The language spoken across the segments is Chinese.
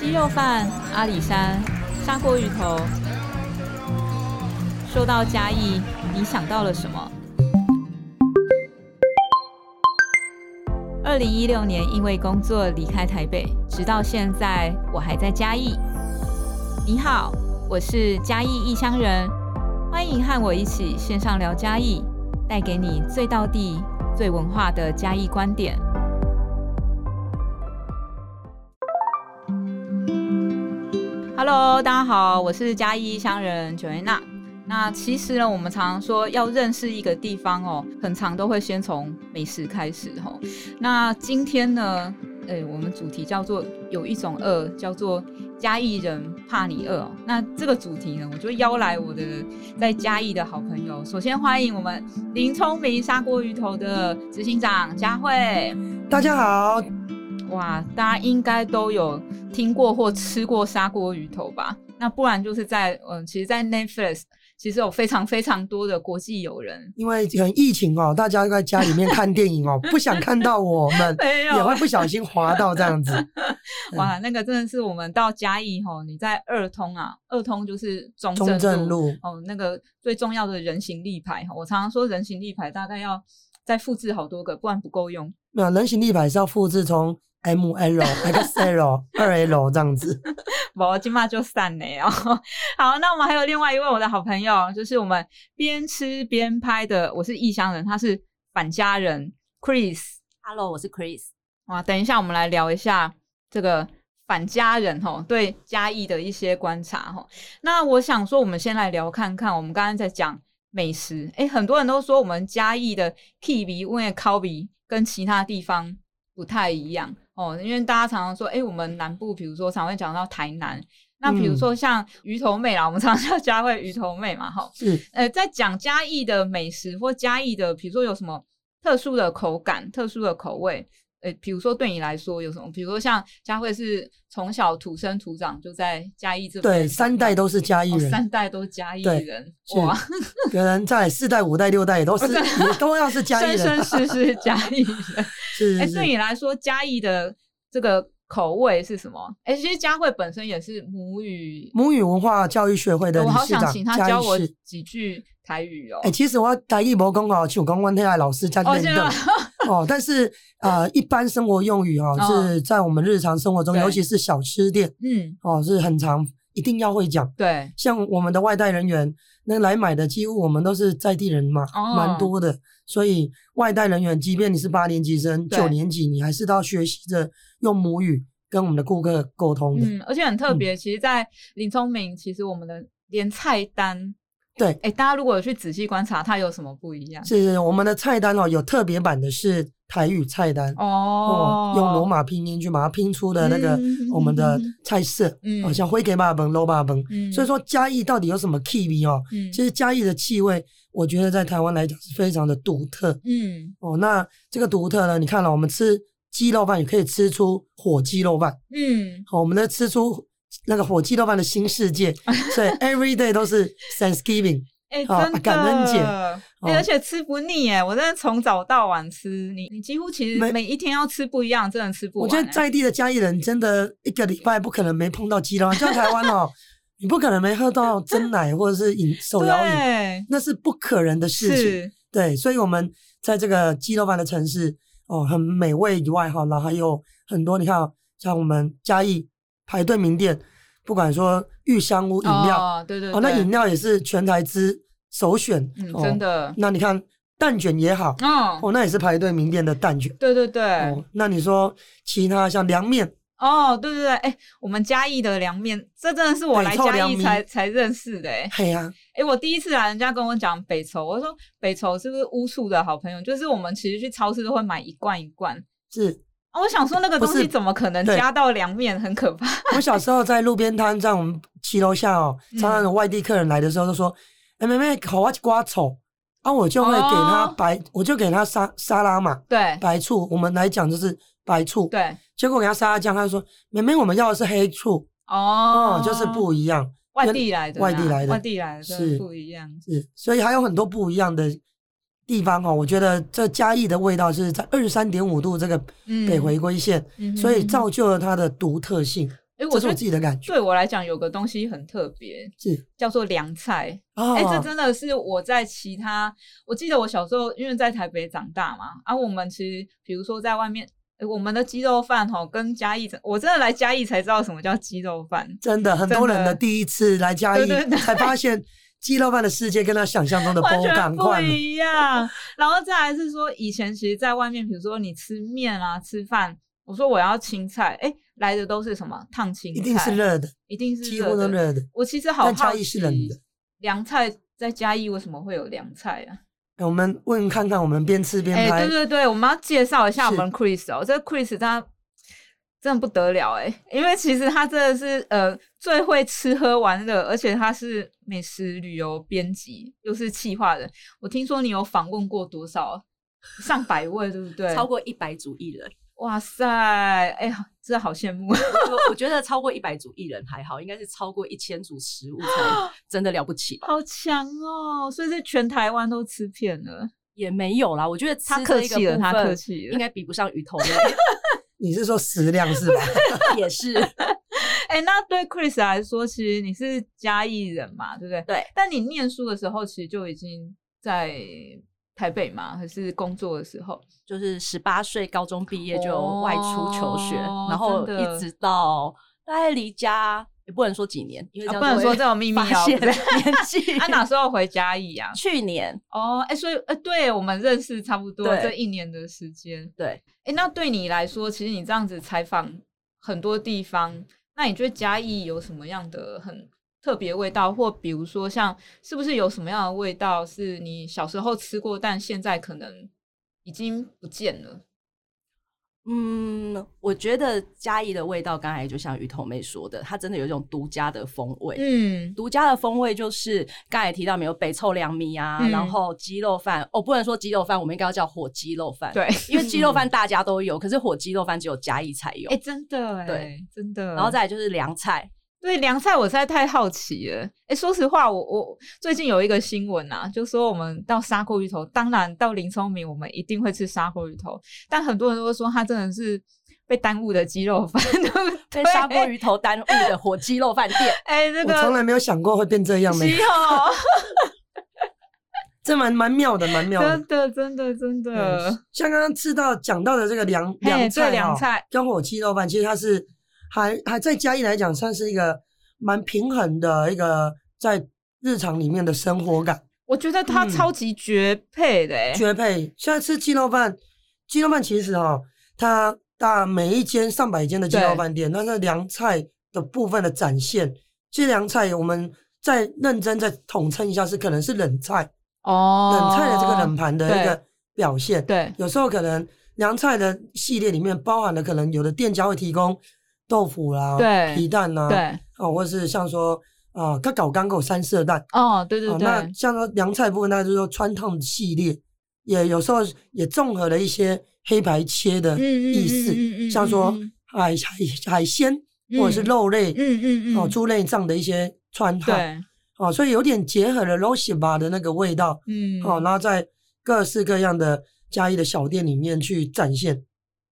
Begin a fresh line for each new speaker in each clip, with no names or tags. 鸡肉饭、阿里山、砂锅鱼头。说到嘉义，你想到了什么？二零一六年因为工作离开台北，直到现在我还在嘉义。你好，我是嘉义异乡人，欢迎和我一起线上聊嘉义，带给你最道地、最文化的嘉义观点。Hello，大家好，我是嘉义异乡人 Joanna。那其实呢，我们常常说要认识一个地方哦，很常都会先从美食开始哦。那今天呢，呃、我们主题叫做有一种饿，叫做嘉义人怕你饿、哦。那这个主题呢，我就邀来我的在嘉义的好朋友。首先欢迎我们林聪明砂锅鱼头的执行长佳慧。
大家好，
哇，大家应该都有听过或吃过砂锅鱼头吧？那不然就是在嗯，其实，在 Netflix 其实有非常非常多的国际友人，
因为很疫情哦，大家都在家里面看 电影哦，不想看到我们，
没
也会不小心滑到这样子。
哇，那个真的是我们到嘉义吼，你在二通啊，二通就是中正
中正路
哦，那个最重要的人行立牌哈，我常常说人行立牌大概要再复制好多个，不然不够用。
那人形立牌是要复制从 M L X L 二 L 这样子。
我今嘛就散了哦。 好，那我们还有另外一位我的好朋友，就是我们边吃边拍的，我是异乡人，他是返家人 Chris。
Hello，我是 Chris。
哇，等一下我们来聊一下这个返家人吼对嘉义的一些观察吼。那我想说，我们先来聊看看，我们刚刚在讲美食，诶，很多人都说我们嘉义的 K B 因为 k 比跟其他地方不太一样哦，因为大家常常说，诶，我们南部比如说常会讲到台南。那比如说像鱼头妹啦，我们常常叫嘉惠鱼头妹嘛，哈，
是，
呃，在讲嘉义的美食或嘉义的，比如说有什么特殊的口感、特殊的口味，呃，比如说对你来说有什么？比如说像佳慧是从小土生土长就在嘉义这边长大，
对，三代都是嘉义
哦
人，
三代都嘉义
对
人，
是
哇，
可能在四代五代六代也都是，也都要是嘉 义
生
人。
哦生世 世嘉义人。
是
哎、
是
对
是，
你来说，嘉义的这个口味是什么？哎、其实佳慧本身也是母语，
母语文化教育学会的
我
理
好
事
想
长
请她
嘉
教
义
我
市。
几句台语哦。
哎、其实我台语无讲哦，像讲阮迄个老师教
哦，
练
现
的
在。
哦，但是呃，一般生活用语哦，
哦
是在我们日常生活中，
对
尤其是小吃店
嗯，
哦，是很常一定要会讲。
对，
像我们的外带人员，那来买的几乎我们都是在地人嘛，
哦
蛮多的。所以外带人员，即便你是八年级生、
对
九年级，你还是要学习着用母语跟我们的顾客沟通的。
嗯，而且很特别。其实，在林聪明，其实我们的连菜单，
对，
哎、大家如果有去仔细观察，它有什么不一样？
是我们的菜单哦，有特别版的是台语菜单
哦，
用罗马拼音去把它拼出的那个
嗯
我们的菜色，
嗯
好像灰给爸本、肉爸本，
嗯
所以，说嘉义到底有什么 key 味哦？
嗯
其实嘉义的气味，我觉得在台湾来讲是非常的独特
嗯
哦。那这个独特呢，你看了、我们吃鸡肉饭也可以吃出火鸡肉饭，
嗯，
哦、我们呢吃出那个火鸡肉饭的新世界，所以 every day 都是 Thanksgiving。
哎、
啊
真的，
感恩节
哎、
哦
而且吃不腻哎，我真的从早到晚吃，你你几乎其实
没
每一天要吃不一样，真的吃不
我
完、啊
觉得在地的嘉义人真的一个礼拜不可能没碰到 鸡肉饭，像台湾哦，你不可能没喝到蒸奶或者是饮手摇饮，
对，
那是不可能的事情。
是，
对，所以我们在这个鸡肉饭的城市哦，很美味以外哈，然后还有很多你看哦，像我们嘉义排队名店，不管说玉香屋饮料
哦，对对对，
哦那饮料也是全台之首选，
嗯，
哦
真。的，
那你看蛋卷也好，
哦，
哦，那也是排队名店的蛋卷。
对对对，
哦，那你说其他像凉面，
哦，对对对，哎、我们嘉义的凉面，这真的是我来
北臭
嘉
凉
义
面
才才认识的、哎，
嘿呀、
哎，我第一次来，人家跟我讲北畴，我说北畴是不是乌醋的好朋友？就是我们其实去超市都会买一罐一罐
是
啊。我想说那个
不
东
是
西怎么可能
对
加到凉面，很可怕。
我小时候在路边摊，在我们骑楼下哦，常常有
嗯
外地客人来的时候都说：“哎、妹妹，好我一瓜丑。”啊，我就会给他
哦
白，我就给他沙沙拉嘛，
对
白醋。我们来讲就是白醋。。
对，
结果给他沙拉酱，他就说：“妹妹，我们要的是黑醋。”
哦
哦，，就是不一样，
外
跟
地来的啦，
外地来的
外地来的真的
是
不一样。
是，所以还有很多不一样的地方哦。我觉得这嘉义的味道是在二十三点五度这个
嗯
北回归线，
嗯哼
所以
哼
造就了它的独特性。
哎，我
这是
觉
我
得
自己的感觉。
对我来讲有个东西很特别，
是
叫做凉菜。
啊，
哎、这真的是我在其他，我记得我小时候因为在台北长大嘛，啊，我们其实比如说在外面，哎我们的鸡肉饭哈，跟嘉义，我真的来嘉义才知道什么叫鸡肉饭。
真的很多人
真
的
的
第一次来嘉义
对对对
才 发现鸡肉饭的世界跟他想象中的不
完
赶
全不
快
一样，然后再来是说，以前其实在外面，比如说你吃面啊、吃饭，我说我要青菜，哎、来的都是什么烫青菜，
一定是热的，
一定是
几乎
热
都
的
热的。
我其实好
但
好
嘉
奇，
义是冷的。
凉菜在嘉义为什么会有凉菜啊？
哎我们问看看，我们边吃边
哎、
拍
对，对对，我们要介绍一下我
是
们 Chris 哦，这个 Chris 他真的不得了哎、因为其实他真的是呃最会吃喝玩乐，而且他是美食旅游编辑，又是企划人。我听说你有访问过多少上百位，对不对？
超过一百组艺人，
哇塞，哎、呀，真的好羡慕。啊
我我觉得超过一百组艺人还好，应该是超过一千组食 物才真的了不起吧？
好强哦！所以是全台湾都吃遍了，
也没有啦，我觉得吃
他
这
客
一个
气了，
部
他客
分
气了
应。该比不上鱼头面，
你是说食 量是吧？
也是
哎、那对 Chris 来说，其实你是嘉义人嘛，对不对？
对。
但你念书的时候，其实就已经在台北嘛，还是工作的时候？
就是十八岁高中毕业就外出求学，
哦
然后
真的
一直到大概离家也不能说几年，因为
啊
这样
不能
就
说
会
这种啊秘密
发
哦
现
不是
年 纪。？
他、哪时候回嘉义啊
去年
哦，哎、所以，呃，对我们认识差不多
对
这一年的时间。
对
哎、那对你来说，其实你这样子采访很多地方，那你觉得嘉义有什么样的很特别味道，或比如说像是不是有什么样的味道是你小时候吃过，但现在可能已经不见了？
嗯，我觉得嘉义的味道，刚才就像鱼头妹说的，它真的有一种独家的风味。
嗯，
独家的风味就是刚才提到没有北臭凉米啊，
嗯
然后鸡肉饭哦，不能说鸡肉饭，我们应该要叫火鸡肉饭，，
对，嗯
因为鸡肉饭大家都有，可是火鸡肉饭只有嘉义才有。
哎、真的、哎，
对，
真的。
然后再来就是凉菜，
对凉菜，我实在太好奇了。哎，说实话，我我最近有一个新闻啊，就说我们到砂锅鱼头，当然到林聪明，我们一定会吃砂锅鱼头，但很多人都会说它真的是被耽误的鸡肉饭， 对不对？
跟砂锅鱼头耽误的火鸡 肉饭店，
哎，这
我从
个
来没有想过会变这样，没
需，要，
这蛮蛮妙的，蛮妙的
真。的真的真的
嗯，像刚刚吃到讲到的这个凉
嘿
凉
哎对
菜
凉
哦
菜
跟火鸡肉饭，其实它是还还在嘉义来讲算是一个蛮平衡的一个在日常里面的生活感
我觉得它
嗯
超级绝配的、哎、
绝配。现在吃鸡肉饭，鸡肉饭其实哈、哦，它大每一间上百间的鸡肉饭店，它的凉菜的部分的展现，其实凉菜我们再认真再统称一下，是可能是冷菜，
哦，
冷菜的这个冷盘的一
对
个表现。
对，
有时候可能凉菜的系列里面包含了可能有的店家会提供豆腐啦、
对
皮蛋啦、
对，
哦，或是像说啊，它搞干狗三色蛋，
哦，对对
哦，
对，
那像说凉菜部分，那就是说川烫系列，也有时候也综合了一些黑白切的
嗯嗯
意思，
嗯嗯嗯
像说
嗯
海海海鲜或者是
嗯
肉类、
嗯嗯嗯，
哦猪内脏的一些川烫
对，
哦，所以有点结合了 r o s i b a 的那个味道，
嗯，
哦，然后在各式各样的嘉义的小店里面去展现。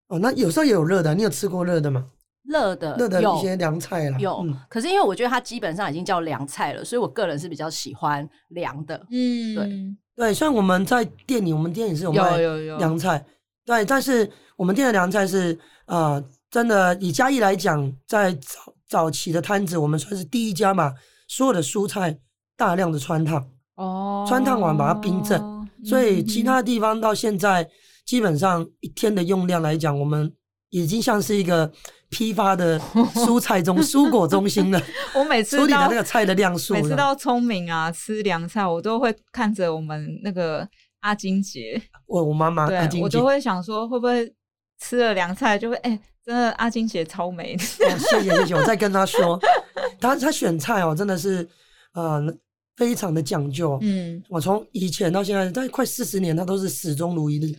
哦，那有时候也有热的，你有吃过热的吗？
热的
热的
有
一些凉菜啦，
有
嗯，
可是因为我觉得它基本上已经叫凉菜了，所以我个人是比较喜欢凉的。
嗯，
对
对，虽然我们在店里，我们店也是有卖
有有有
凉菜，对，但是我们店的凉菜是呃，真的以嘉义来讲，在早早期的摊子，我们算是第一家嘛，所有的蔬菜大量的穿烫，
哦，
穿烫完把它冰镇
嗯，
所以其他
嗯
地方到现在基本上一天的用量来讲，我们已经像是一个批发的蔬菜中蔬果中心了，
嗯 我每次
处理的
到
那个菜的量数
每次
了。
到聪明啊吃凉菜，我都会看着我们那个阿金姐，
我我妈妈阿
对
金
我
姐，
就
哦，
会想说会不会吃了凉菜就会哎、真的阿金姐超美的，
谢谢谢谢，我再跟她说，她她选菜哦，真的是呃非常的讲究。
嗯，
我从以前到现在，大概快四十年，他都是始终如一日，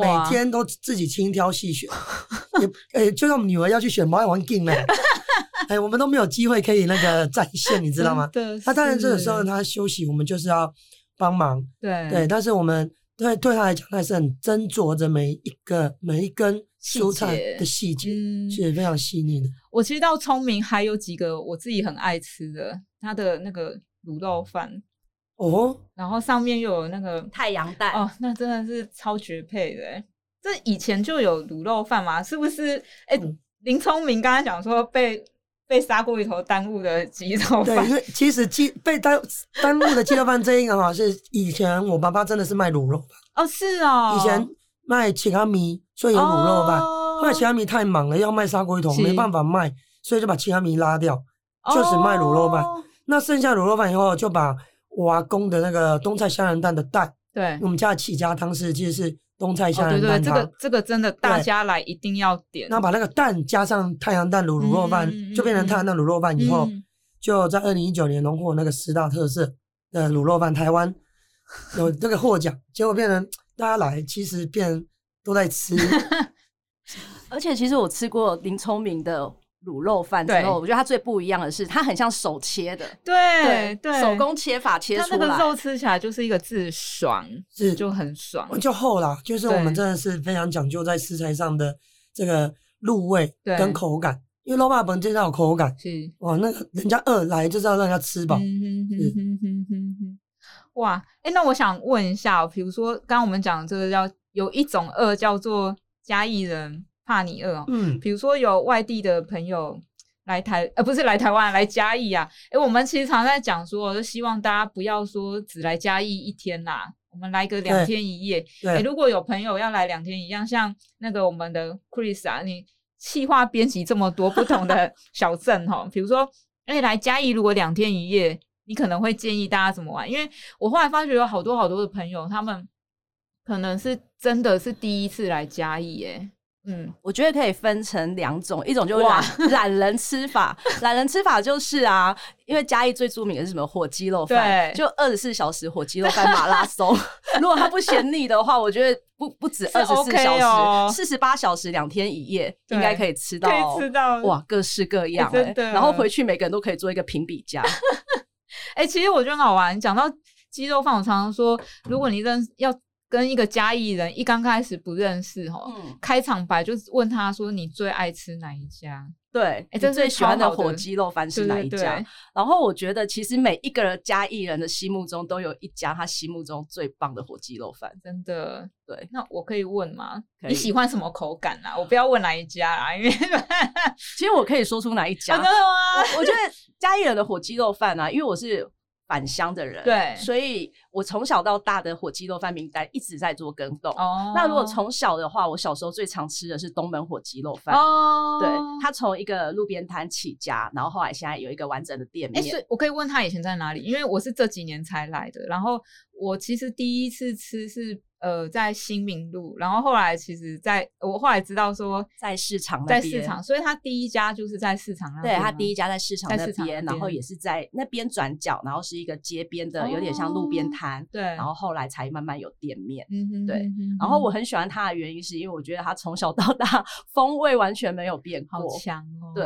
哇
每天都自己精挑细选。 也，诶、就像我们女儿要去选毛玩镜 呢，哎，我们都没有机会可以那个展现，你知道吗？
真的嗯是？嗯
他当然这个时候他休息，我们就是要帮忙，
对
对。但是我们对对他来讲，他还是很斟酌着每一个每一根蔬菜
节
的细节
嗯
是非常细腻的。
我其实到聪明还有几个我自己很爱吃的，它的那个卤肉饭，
哦，
然后上面又有那个
太阳蛋
哦，那真的是超绝配的欸。这以前就有卤肉饭嘛，是不是？哎、
嗯
林聪明刚才讲说被被砂锅鱼头耽误的鸡肉
对，
饭
因，为其实鸡被耽耽误的鸡肉饭这一个哈，是以前我爸爸真的是卖卤肉饭，
哦，是哦，
以前卖其他米，所以有卤肉饭。后来其他米太忙了，要卖砂锅鱼头
是
没办法卖，所以就把其他米拉掉。
哦
就只卖卤肉饭
哦
那剩下卤肉饭以后，就把我阿公的那个冬菜虾仁蛋的蛋，
对。
我们家的起家汤是其实是冬菜
哦，
虾
对
仁
对，
蛋
这
汤，
个这个真的，大
对
家来一定要点。
然后把那个蛋加上太阳蛋卤卤肉饭，
嗯嗯嗯
就变成太阳蛋卤肉饭以后，
嗯
就在二零一九年荣获那个十大特色的卤肉饭台湾有这个获奖，结果变成大家来其实变都在 吃，
而且其实我吃过林聪明的卤肉饭之
对
后，我觉得它最不一样的是，它很像手切的，
对对，
手工切法切
它
出
那个
来。
肉吃起来就是一个字爽，
是
就很爽。
就厚啦，就是我们
对
真的是非常讲究在食材上的这个入味
对
跟口感，因为肉霸本身要有口感，
是，
哦，那个人家饿来就是要让人家吃饱，
嗯哼哼
是
哼哼哼哼哇，哎、那我想问一下哦、比如说刚刚我们讲这个叫有一种饿叫做嘉义人怕你饿、哦，
嗯，
比如说有外地的朋友来台，呃，不是来台湾，来嘉义啊。哎、我们其实常在讲说，就希望大家不要说只来嘉义一天啦，我们来个两
对
天一夜。哎、
对，
如果有朋友要来两天一样，像那个我们的 Chris 啊，你企划编辑这么多不同 的小镇哈，比如说，哎、来嘉义如果两天一夜，你可能会建议大家怎么玩？因为我后来发觉有好多好多的朋友，他们可能是真的是第一次来嘉义、哎，嗯，
我觉得可以分成两种，一种就是
哇
懒懒人吃法，懒人吃法就是啊，因为嘉义最著名的是什么火鸡肉饭，
对
就二十四小时火鸡肉饭马 拉松。如果他不嫌腻的话，我觉得不不止
是
二十四
OK
小
哦
时，四十八小时两天一夜
对
应该可以吃到
可以吃到
哦哇，各式各样、
欸
欸
真的
然后回去每个人都可以做一个评比价，
哎、其实我觉得很好玩。讲到鸡肉饭，我常常说，如果你认要跟一个嘉义人一刚开始不认识哈。
嗯，
开场白就是问他说：“你最爱吃哪一家？”
对，
欸
你
真是
最喜欢
超
的
好的
火鸡肉饭是
对
哪
对
一
对
家？然后我觉得其实每一个嘉义人的心目中都有一家他心目中最棒的火鸡肉饭。
真的，
对，
那我可以问吗？
可
你
以
喜欢什么口感啊？我不要问哪一家啦，因为真
其实我可以说出哪一 家。
的吗？
我我觉得嘉义人的火鸡肉饭啊，因为我是返乡的人，
对
所以我从小到大的火鸡肉饭名单一直在做更动。
哦
那如果从小的话，我小时候最常吃的是东门火鸡肉饭。
哦，
对，它从一个路边摊起家，然后后来现在有一个完整的店
哎、
面。
所以我可以问他以前在哪里？因为我是这几年才来的，然后我其实第一次吃是呃在新民路，然后后来其实在我后来知道说
在市场
在
那边
市场，所以他第一家就是在市场那
对，
边吗，
它第一家在市场
嗯在
那
市场
边，
那
然后
边
也是在那边转角，然后是一个街边的，有点像路边
哦
摊，
对，
然后后来才慢慢有店面。
嗯哼
对
哼哼
然后
哼
我很喜欢它的原因，是因为我觉得它从小到大 风味完全没有变
好
过。
强哦！
对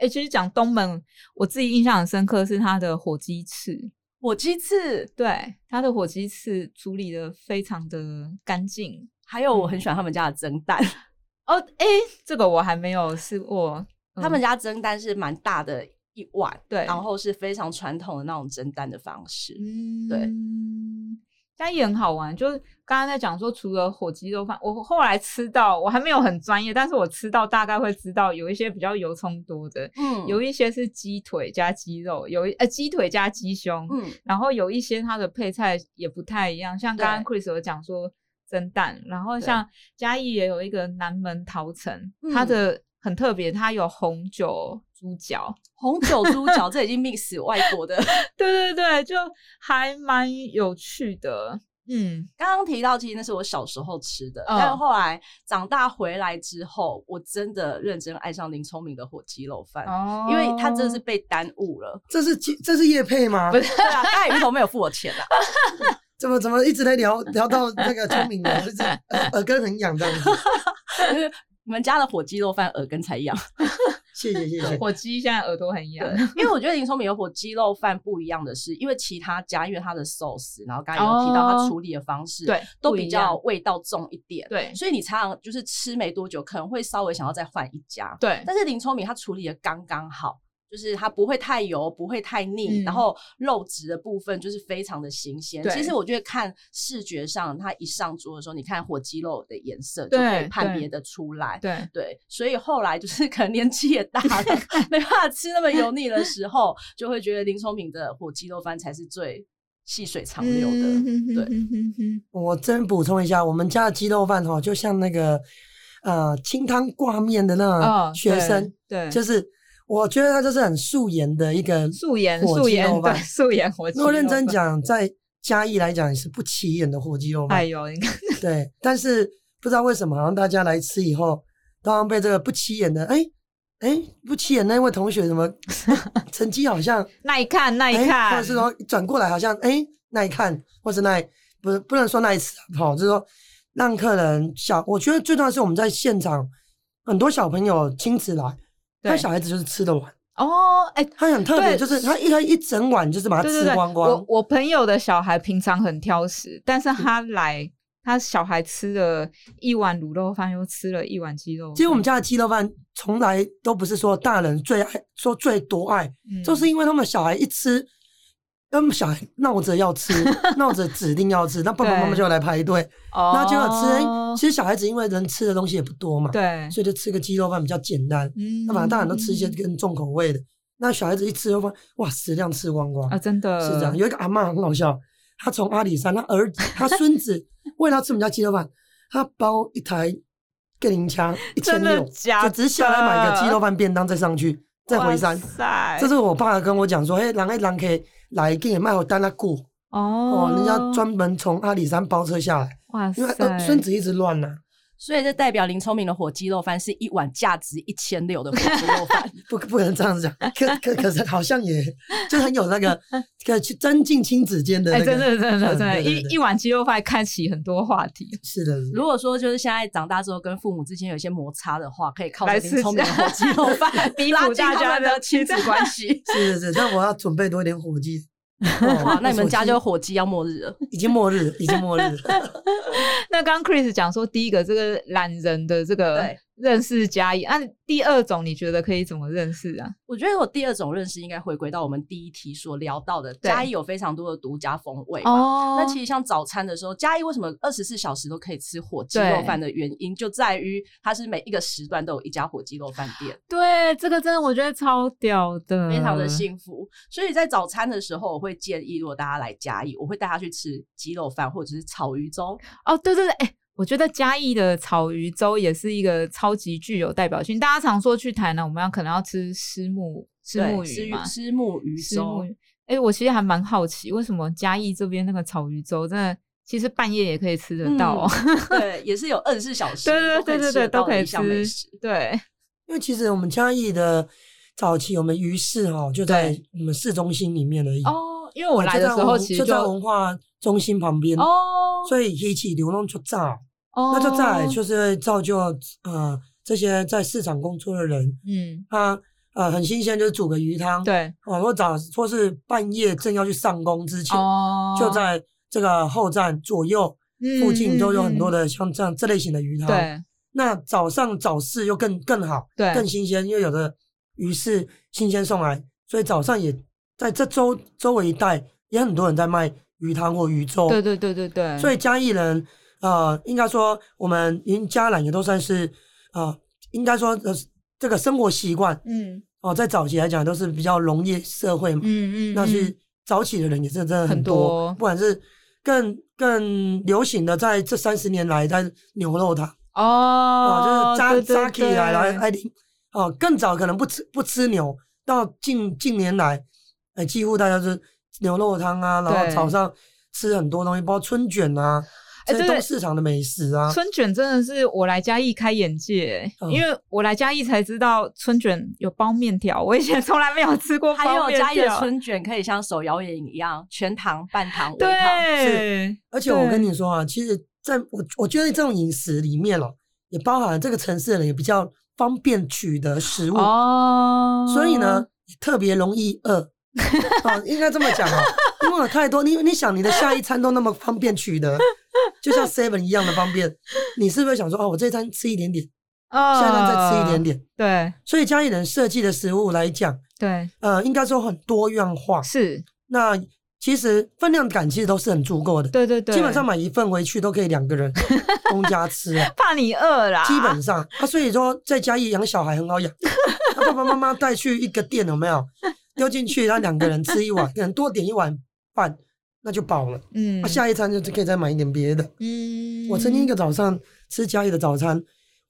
哎、其实讲东门，我自己印象很深刻是它的火鸡翅，
火鸡翅，
对，它的火鸡翅处理的非常的干净。
还有我很
嗯
喜欢他们家的蒸蛋，
哦，哎、这个我还没有试过。
他们
嗯
家蒸蛋是蛮大的一碗，
对
然后是非常传统的那种蒸蛋的方式。
嗯
对
但也很好玩。就是刚刚在讲说，除了火鸡肉饭，我后来吃到，我还没有很专业，但是我吃到大概会知道有一些比较油葱多的，
嗯
有一些是鸡腿加鸡肉，有一呃鸡腿加鸡胸，
嗯，
然后有一些它的配菜也不太一样，像刚刚
对
Chris 有讲说蒸蛋，然后
对
像嘉义也有一个南门桃城，
嗯
它的很特别，它有红酒猪 脚，
红酒猪脚，这已经 mix 外国的
对对对，就还蛮有趣的，嗯，
刚刚提到，其实那是我小时候吃的，
嗯
但是后来长大回来之后，我真的认真爱上林聪明的火鸡肉饭。
哦
因为它真的是被耽误了，
这是鸡这是叶配吗？
对啊，大鱼头没有付我钱啊，
怎么 怎么一直在聊聊到那个聪明的，就是耳耳根很痒这样子。
因为我们家的火鸡肉饭耳根才 痒，
谢谢谢谢。
火鸡现在耳朵很痒，
因为我觉得林聪明有火鸡肉饭不一样的是，因为其他家因为它的 sauce，然后刚才有提到它
哦
处理的方式，
对，
都
不
比
一样
较味道重一点，
对
所以你常常就是吃没多久，可能会稍微想要再换一家，
对
但是林聪明他处理的刚刚好，就是它不会太油，不会太
嗯
腻，然后肉质的部分就是非常的新鲜。
对
其实我觉得看视觉上，它一上桌的时候，你看火鸡肉的颜色就可以
对
判
对
别的出来。
对
对，所以后来就是可能年纪也大 了，没办法吃那么油腻的时候，就会觉得林聪明的火鸡肉饭才是最细水长流的。
嗯
对
对，
我真补充一下，我们家的鸡肉饭哈，就像那个呃清汤挂面的那种嗯学生，
哦对，
就是是我觉得他就是很素颜的一个。
素颜
火
素
鸡肉
颜对
饭
素颜火鸡。
如果认真，讲，在嘉义来讲也是不起眼的火鸡肉
哎
饭，
呦，你看，
对。但是不知道为什么，好像大家来吃以后，都好像被这个不起眼的，哎哎不起眼那位同学怎 么成绩好像
那一看那一
哎
看，
或者是说转过来好像哎、耐看，或是耐不是不能说耐吃啊，好，就是说让客人小，我觉得最重要的是我们在现场很多小朋友亲子来，他
对
小孩子就是吃得完，
哦，哎，
他很特
对
别，就是他一他一整碗就是把它
对对
吃
对，
光光，
我我朋友的小孩平常很挑食，但是他来，他小孩吃了一碗卤肉饭，又吃了一碗鸡肉饭，
其实我们家的鸡肉饭从来都不是说大人最爱说最多爱，
嗯
就是因为他们小孩一吃。他们小孩闹着要 吃，闹着指定要吃，那爸爸妈妈
对
就来排队，
那
那就要吃。哎其实小孩子因为能吃的东西也不多嘛，
对，
所以就吃个鸡肉饭比较简单。
嗯
那反正大人都吃一些更重口味的，那小孩子一吃就发现哇，食量吃光光，
啊，真的
是这样。有一个阿嬷很好笑，她从阿里山，她儿子、她孙子 为了要吃我们家鸡肉饭，她包一台电铃枪一千
真的
六，
假
就只是下来买个鸡肉饭便当再上去，再回山。
塞
这是我爸跟我讲说，嘿，人诶人可以来给你卖我单拉顾
哦
哦，人家专门从阿里山包车下来，
哇
因为
塞，
呃孙子一直乱呐、
所以这代表林聪明的火鸡肉饭是一碗价值一千六的火鸡肉饭，
不不可能这样子讲， 可可可是好像也就很有那个可去增进亲子间的
哎，
那个，
真的真的
嗯
真的，
对对
一
对
一碗鸡肉饭开启很多话题，
是的，是的。
如果说就是现在长大之后跟父母之间有一些摩擦的话，可以靠着
来
林
吃
聪明的火鸡肉饭
弥
拉
补
近
大
他
家
们的
的
亲子关系
是的是的，但我要准备多一点火 鸡。
哇
哇，
那你们家就
火
火鸡要末日了。
鸡已经末日了，已经末日了。
那刚刚 Chris 讲说，第一个这个懒人的这个
对
认识加一，那、第二种你觉得可以怎么认识啊？
我觉得我第二种认识应该回归到我们第一题所聊到的，
对
嘉义有非常多的独家风味嘛。
哦
那其实像早餐的时候，嘉义为什么二十四小时都可以吃火鸡肉饭的原因，就在于它是每一个时段都有一家火鸡肉饭店，
对这个真的我觉得超屌的，
非常的幸福。所以在早餐的时候，我会建议如果大家来嘉义，我会带他去吃鸡肉饭或者是草鱼粥。
哦，对对对，哎、我觉得嘉义的草鱼粥也是一个超级具有代表性。大家常说去台南，我们要可能要吃虱目虱
对
目
吃
鱼嘛，
吃木鱼
虱目
粥，
鱼。哎、我其实还蛮好奇，为什么嘉义这边那个草鱼粥真的其实半夜也可以吃得到、哦？
对，也是有二十四小时，
对对对对对，都可以
吃得到的一项美食
吃。。对，
因为其实我们嘉义的早期，我们鱼市哈就在我们市中心里面而已。
哦， 因为
啊就在文，
我来的时候其实
就在文化中心旁边，
哦，
所以一起流浪就炸，
那
那就
哦
炸就是会造就呃这些在市场工作的人，
嗯，
他呃很新鲜，就是煮个鱼汤，
对，
哦，或早或是半夜正要去上工之前，
哦，
就在这个后站左右附近都有很多的像这样这类型的鱼汤。，
嗯对
那早上早市又更更好，
对
更新鲜，因为有的鱼是新鲜送来，所以早上也在这周周围一带也很多人在卖鱼汤或鱼粥。
对对对对对，
所以嘉义人，呃，应该说我们云嘉兰也都算是，呃，应该说呃这个生活习惯
嗯
哦，在早期来讲都是比较农业社会嘛，
嗯嗯，嗯
那
是
是早起的人也是真的
很
很
多
多，不管是更更流行的，在这三十年来，在牛肉汤
哦
啊，，就是
对
扎扎起来来
对
爱丁哦，更早可能不吃不吃牛，到近近年来，哎、几乎大家就是牛肉汤啊，然后
对
早上吃很多东西，包括春卷啊，
哎
这些
对
东市场的美食啊，
春卷真的是我来嘉义开眼界、
嗯
因为我来嘉义才知道春卷有包面条，我以前从来没有吃过
还
包
有
面条。
嘉义的春卷可以像手摇饮一样，全糖、半 糖、微糖。
对，
而且我
对
跟你说啊，其实在我我觉得这种饮食里面了、也包含这个城市的人也比较方便取得食物，
哦，
所以呢，也特别容易饿。啊，应该这么讲啊，因为有太多，你你想你的下一餐都那么方便取得，就像 seven 一样的方便，你是不是想说哦，我这一餐吃一点点，
呃，
下一餐再吃一点点？
对
所以家里人设计的食物来讲，
对
呃，应该说很多样化。
是，
那其实分量感其实都是很足够的，
对对对，
基本上买一份回去都可以两 个人公家吃啊。
怕你饿啦，
基本上啊，所以说在家里养小孩很好 养，他爸爸妈妈带去一个店有没有？丢进去，然后两个人吃一碗，可能多点一碗饭，那就饱了。
嗯
啊，下一餐就就可以再买一点别的。
嗯，
我曾经一个早上吃家里的早餐，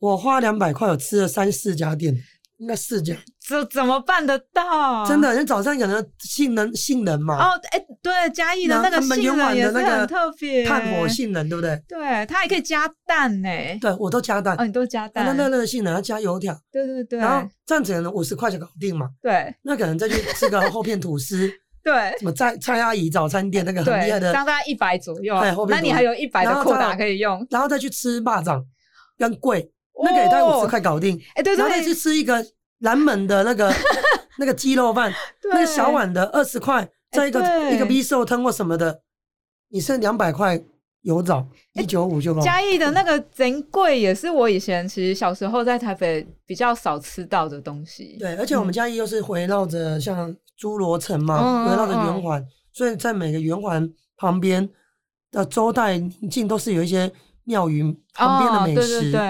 我花两百块，我吃了三四家店，应该四家。
这怎么办得到？
真的，人早上可能杏仁杏仁嘛，
哦，哎，对，嘉义的
那
那个
他们
杏
原
仁
晚
也
的
是
那个
很特别，
炭火，杏仁，对不对？
对，它还可以加蛋呢，
对，我都加蛋，
哦，你都加
那
蛋，
那那个杏仁要加油条，
对对对，
然后这样子可能五十块就搞定嘛。
对
那可能再去吃个厚片吐司，
对
什么蔡蔡阿姨早餐店那个很厉害
对，这，
的
样大概一百左右
哎后，面
那你
多
还有一百
然
的
后
扣
再
打
有
可以用，
然后再去吃蚂蚱跟桂，那个也大概
哦
五十块搞定。
哎，对
然后再去
对
吃一个南门的那个 那个鸡肉饭，
对，哎
那个小碗的二十块，再一个
对
一个 B 寿汤或什么的，你剩两百块油枣
哎
一九五就够。
嘉义的那个珍贵也是我以前其实小时候在台北比较少吃到的东西。
对，而且我们嘉义又是围绕着像侏罗城
嗯
嘛，围绕着
嗯
圆环，所以在每个圆环旁边的周代邻近都是有一些庙宇旁边的美
哦、对对
食。
对，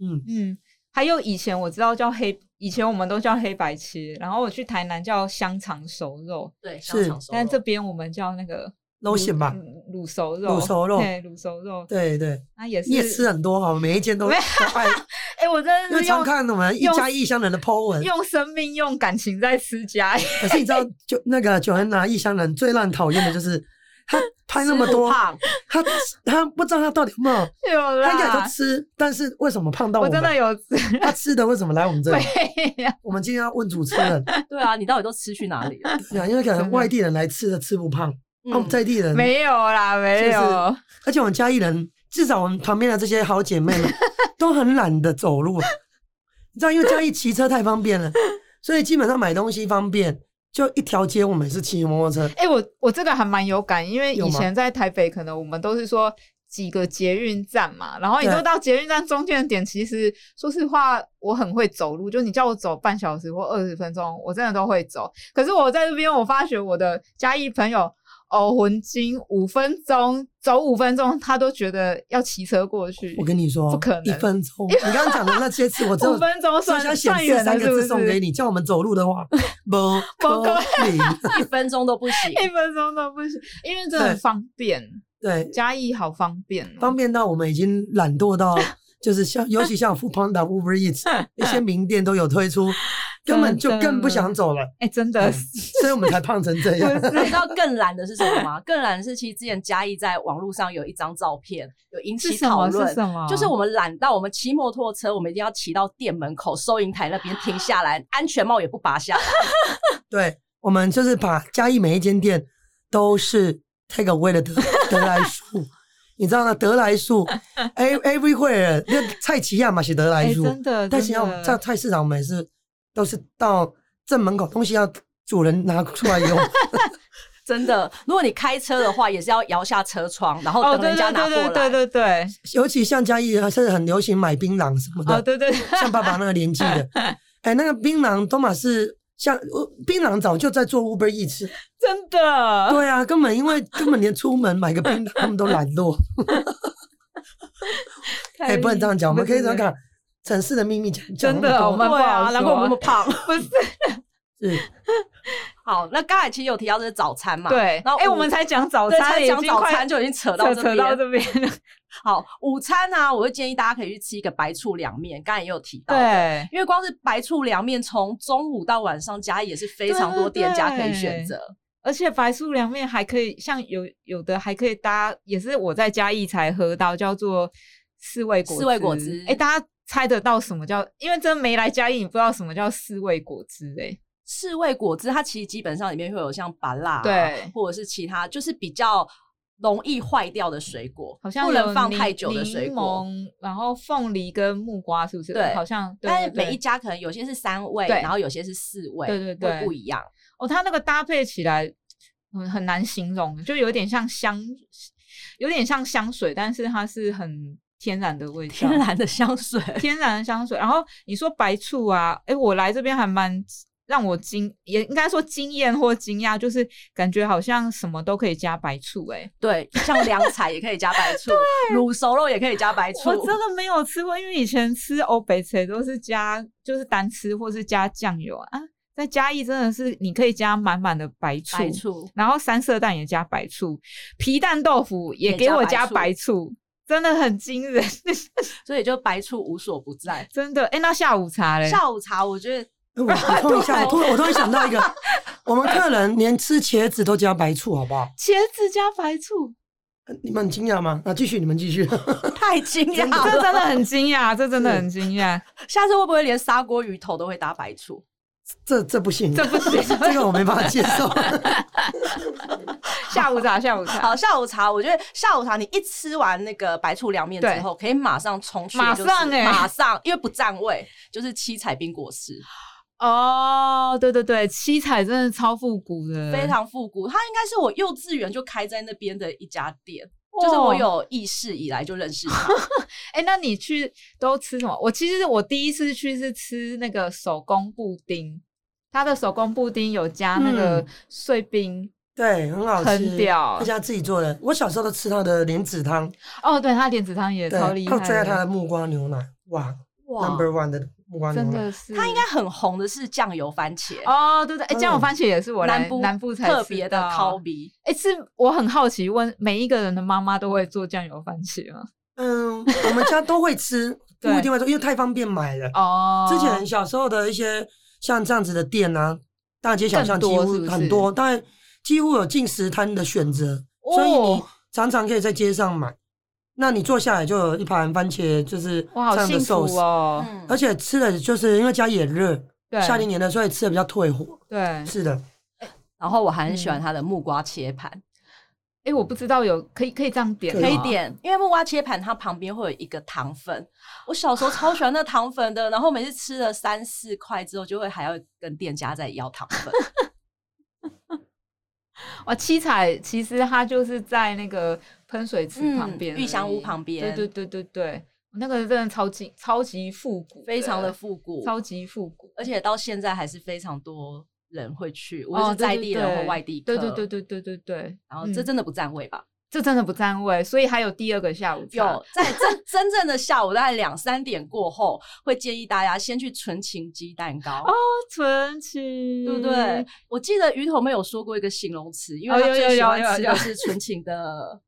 嗯，
嗯，还有以前我知道叫黑，以前我们都叫黑白切，然后我去台南叫香肠熟肉，
对，
是
香肠熟
但
肉
这边我们叫那个
肉馅吧，
卤卤熟肉，
啊卤熟肉
对，卤熟肉，
对对，
那嗯也是。
你也啊吃很多哈，每一间都
没
都
有
爱，
哎、我真
因
的
为
是
常
用
看我们一
用
家异乡人的 po 文，
用生命、用感情在吃家，
可是你知道，就那个九恩拿异乡人最让人讨厌的就是 他拍那么
吃不
多，
胖，
他他不知道他到底有没 有，
有
他应该也
啦
都，吃，但是为什么胖到
啊我
我
真的
们？
有吃。
他吃的为什么来我们这里？
对呀，
我们今天要问主持人，
对啊，你到底都吃去哪 里了？
对啊，因为可能外地人来吃的吃不胖，那我们嗯在地人，
没 有啦，没
就是
有。
而且我们嘉义人，至少我们旁边的这些好姐妹们都很懒得走路，你知道，因为嘉义骑车太方便了，所以基本上买东西方便，就一条街我们也是骑摩托车，
哎、我我这个还蛮有感，因为
有
以
吗
前在台北，可能我们都是说几个捷运站嘛，然后你就
对
到捷运站中间的点，其实说实话，我很会走路，就你叫我走半小时或二十分钟，我真的都会走。可是我在这边，我发觉我的嘉义朋友。哦，魂经五分钟走五分钟，他都觉得要骑车过去。
我跟你说，
不可能
一分钟。你刚刚讲的那些字，我真
五
的
分钟
只
算
想显
算
示
远了，
三
是
个
不
字
是？
送给你。叫我们走路的话，不
不可
以。
嗯一分钟都 不行。
一分钟都不行，因为真的很
对
方便，
对，
嘉义好方便、哦。
方便到我们已经懒惰 到，就是像尤其像 Food Panda、Uber Eats 一些名店都有推出，根本就
真的
更不想走了，
哎、真的
嗯所以我们才胖成 这样。
那你知道更懒的是什么吗？更懒的是，其实之前嘉义在网络上有一张照片，有引
是
起
什
讨
么？是
论。
什么？
就是我们懒到我们骑摩托车，我们一定要骑到店门口收银台那边停下来，安全帽也不拔下来。
对，我们就是把嘉义每一间店都是 take away 的德德莱树，你知道吗？德莱树 e everywhere，那蔡奇亚嘛是德莱
哎、
树，
真的，
但
真
是要
的
在菜市场，我们也是都是到正门口，东西要主人拿出 来用。
真的，如果你开车的话，也是要摇下车窗，然后
哦，
等
对
人家
对
拿过来。
对对对对，
尤其像嘉义，还是很流行买槟榔什么的，
哦对 对，
像爸爸那个年 纪的，哎，那个槟榔都嘛是像呃槟榔早就在做 Uber E 吃，
真的，
对啊，根本 因为根本连出门买个槟榔他们都懒惰，哎，不能这样讲，我们可以这样
看，
看。城市的秘密讲讲
真
那么
的，
多
我们不
对啊
好，
难怪我们那么胖。
不是
是
好，那刚才其实有提到这是早餐嘛？
对，
然后
哎，
午
我们才讲早
对
餐，
才
已
讲
经
早
快
餐就已经扯到
扯 扯
这
到
边。
这边 了，
好，午餐啊，我会建议大家可以去吃一个白醋凉面，刚才也有提到。。
对，
因为光是白醋凉面，从中午到晚上，家也是非常多店家可以选择。
而且白醋凉面还可以，像有有的还可以搭，也是我在嘉义才喝到，叫做四味果
四味果汁
哎、大家猜得到什么叫？因为真没来嘉义，你不知道什么叫四味果汁、哎，
四味果汁，它其实基本上里面会有像芭辣、啊，
对
或者是其他，就是比较容易坏掉的水果，
好像
不
有
能放
柠
太久的水
柠
果。
檬，然后凤梨跟木瓜是不是？
对
好像。对
但是
对对
每一家可能有些是三味，
对
然后有些是四味，
对对
会
对
不一 样。
哦，它那个搭配起来很很难形容，就有点像香，有点像香水，但是它是很天然的味道，
天然的香水，
天然的香水。然后你说白醋啊，哎、我来这边还蛮让我惊，也应该说惊艳或惊讶，就是感觉好像什么都可以加白醋、哎，
对，像凉菜也可以加白醋，卤熟肉也可以加白醋
我。真的没有吃过，因为以前吃欧北菜都是加就是单吃或是加酱油啊，在嘉义真的是你可以加满满的
白醋，
然后三色蛋也加白醋，皮蛋豆腐也给我加白醋，真的很惊人，
所以就白醋无所不在。
真的。哎，那下午茶嘞？
下午茶，我觉得
我哎我突然想，突然我突然想到一个，我们客人连吃茄子都加白醋，好不好？
茄子加白醋，
你们很惊讶吗？啊，继续，你们继续。
太惊 讶
这
了。
真的很惊讶，这真的很惊 讶，
下次会不会连砂锅鱼头都会搭白醋？
这这不行，
这不行
这个我没办法接 受。
下午茶，下午茶，
好，下午茶，我觉得下午茶你一吃完那个白醋凉面之后，可以马上冲去、就
马
是，
上欸
马上，因为不占位，就是七彩冰果室，
哦，对对对，七彩真的超复古的，
非常复古。它应该是我幼稚园就开在那边的一家店，就是我
哦。
有意识以来就认识它。
哎，那你去都吃什么？我其实我第一次去是吃那个手工布丁，它的手工布丁有加那个
嗯
碎冰，
对，很好吃，
很屌
他家自己做的。我小时候都吃他的莲子汤，
哦，对，它莲子汤也
对，
超厉害
还有再加他
的，
的木瓜牛奶，哇
哇
，Number One 的木瓜牛
真
奶，
的是
它应该很红的是酱油番茄，
哦，对对，哎，
嗯
酱油番茄也是我来
部
南部才
特
吃
别的
到
烤。鼻，
哎，是我很好奇，问每一个人的妈妈都会做酱油番茄吗？
嗯，我们家都会 吃，
对
不一定会做，因为太方便买了。
哦，
之前小时候的一些像这样子的店啊，大街小巷
更
几
多
乎
是不是
很多，大概几乎有近十摊的选择，
哦
所以你常常可以在街上买。那你坐下来就有一盘番茄，就是
哇，好
这样的
幸
寿
福
司，
哦，
嗯
而且吃的就是因为家也热，
对，
夏令营的所以吃的比较退火。
对，
是的，
然后我还很喜欢它的木瓜切盘，
哎，我不知道有可以可以这样点吗，
对
可以点，因为木瓜切盘它旁边会有一个糖粉，我小时候超喜欢那糖粉的，然后每次吃了三四块之后，就会还要跟店家再要糖 粉。
哇，哦七彩其实它就是在那个喷水池旁
嗯
边而已，
玉香屋旁边
对对对对对，那个真的超级超级复古，
非常的复古，
超级复古，
而且到现在还是非常多人会去，无
哦
论是
对
在
对
地人或
对
外地客。
对对对。对对对对，
然后这
嗯
真的不占位 吧？
这真的不占位，所以还有第二个下午茶。
有在真真正的下午大概两三点过后，会建议大家先去纯情鸡蛋糕。
哦，纯情，
对不对？？我记得鱼头妹有说过一个形容词，因
哦
为她
有有
最喜
有
欢
有
吃
有
的是纯情 的，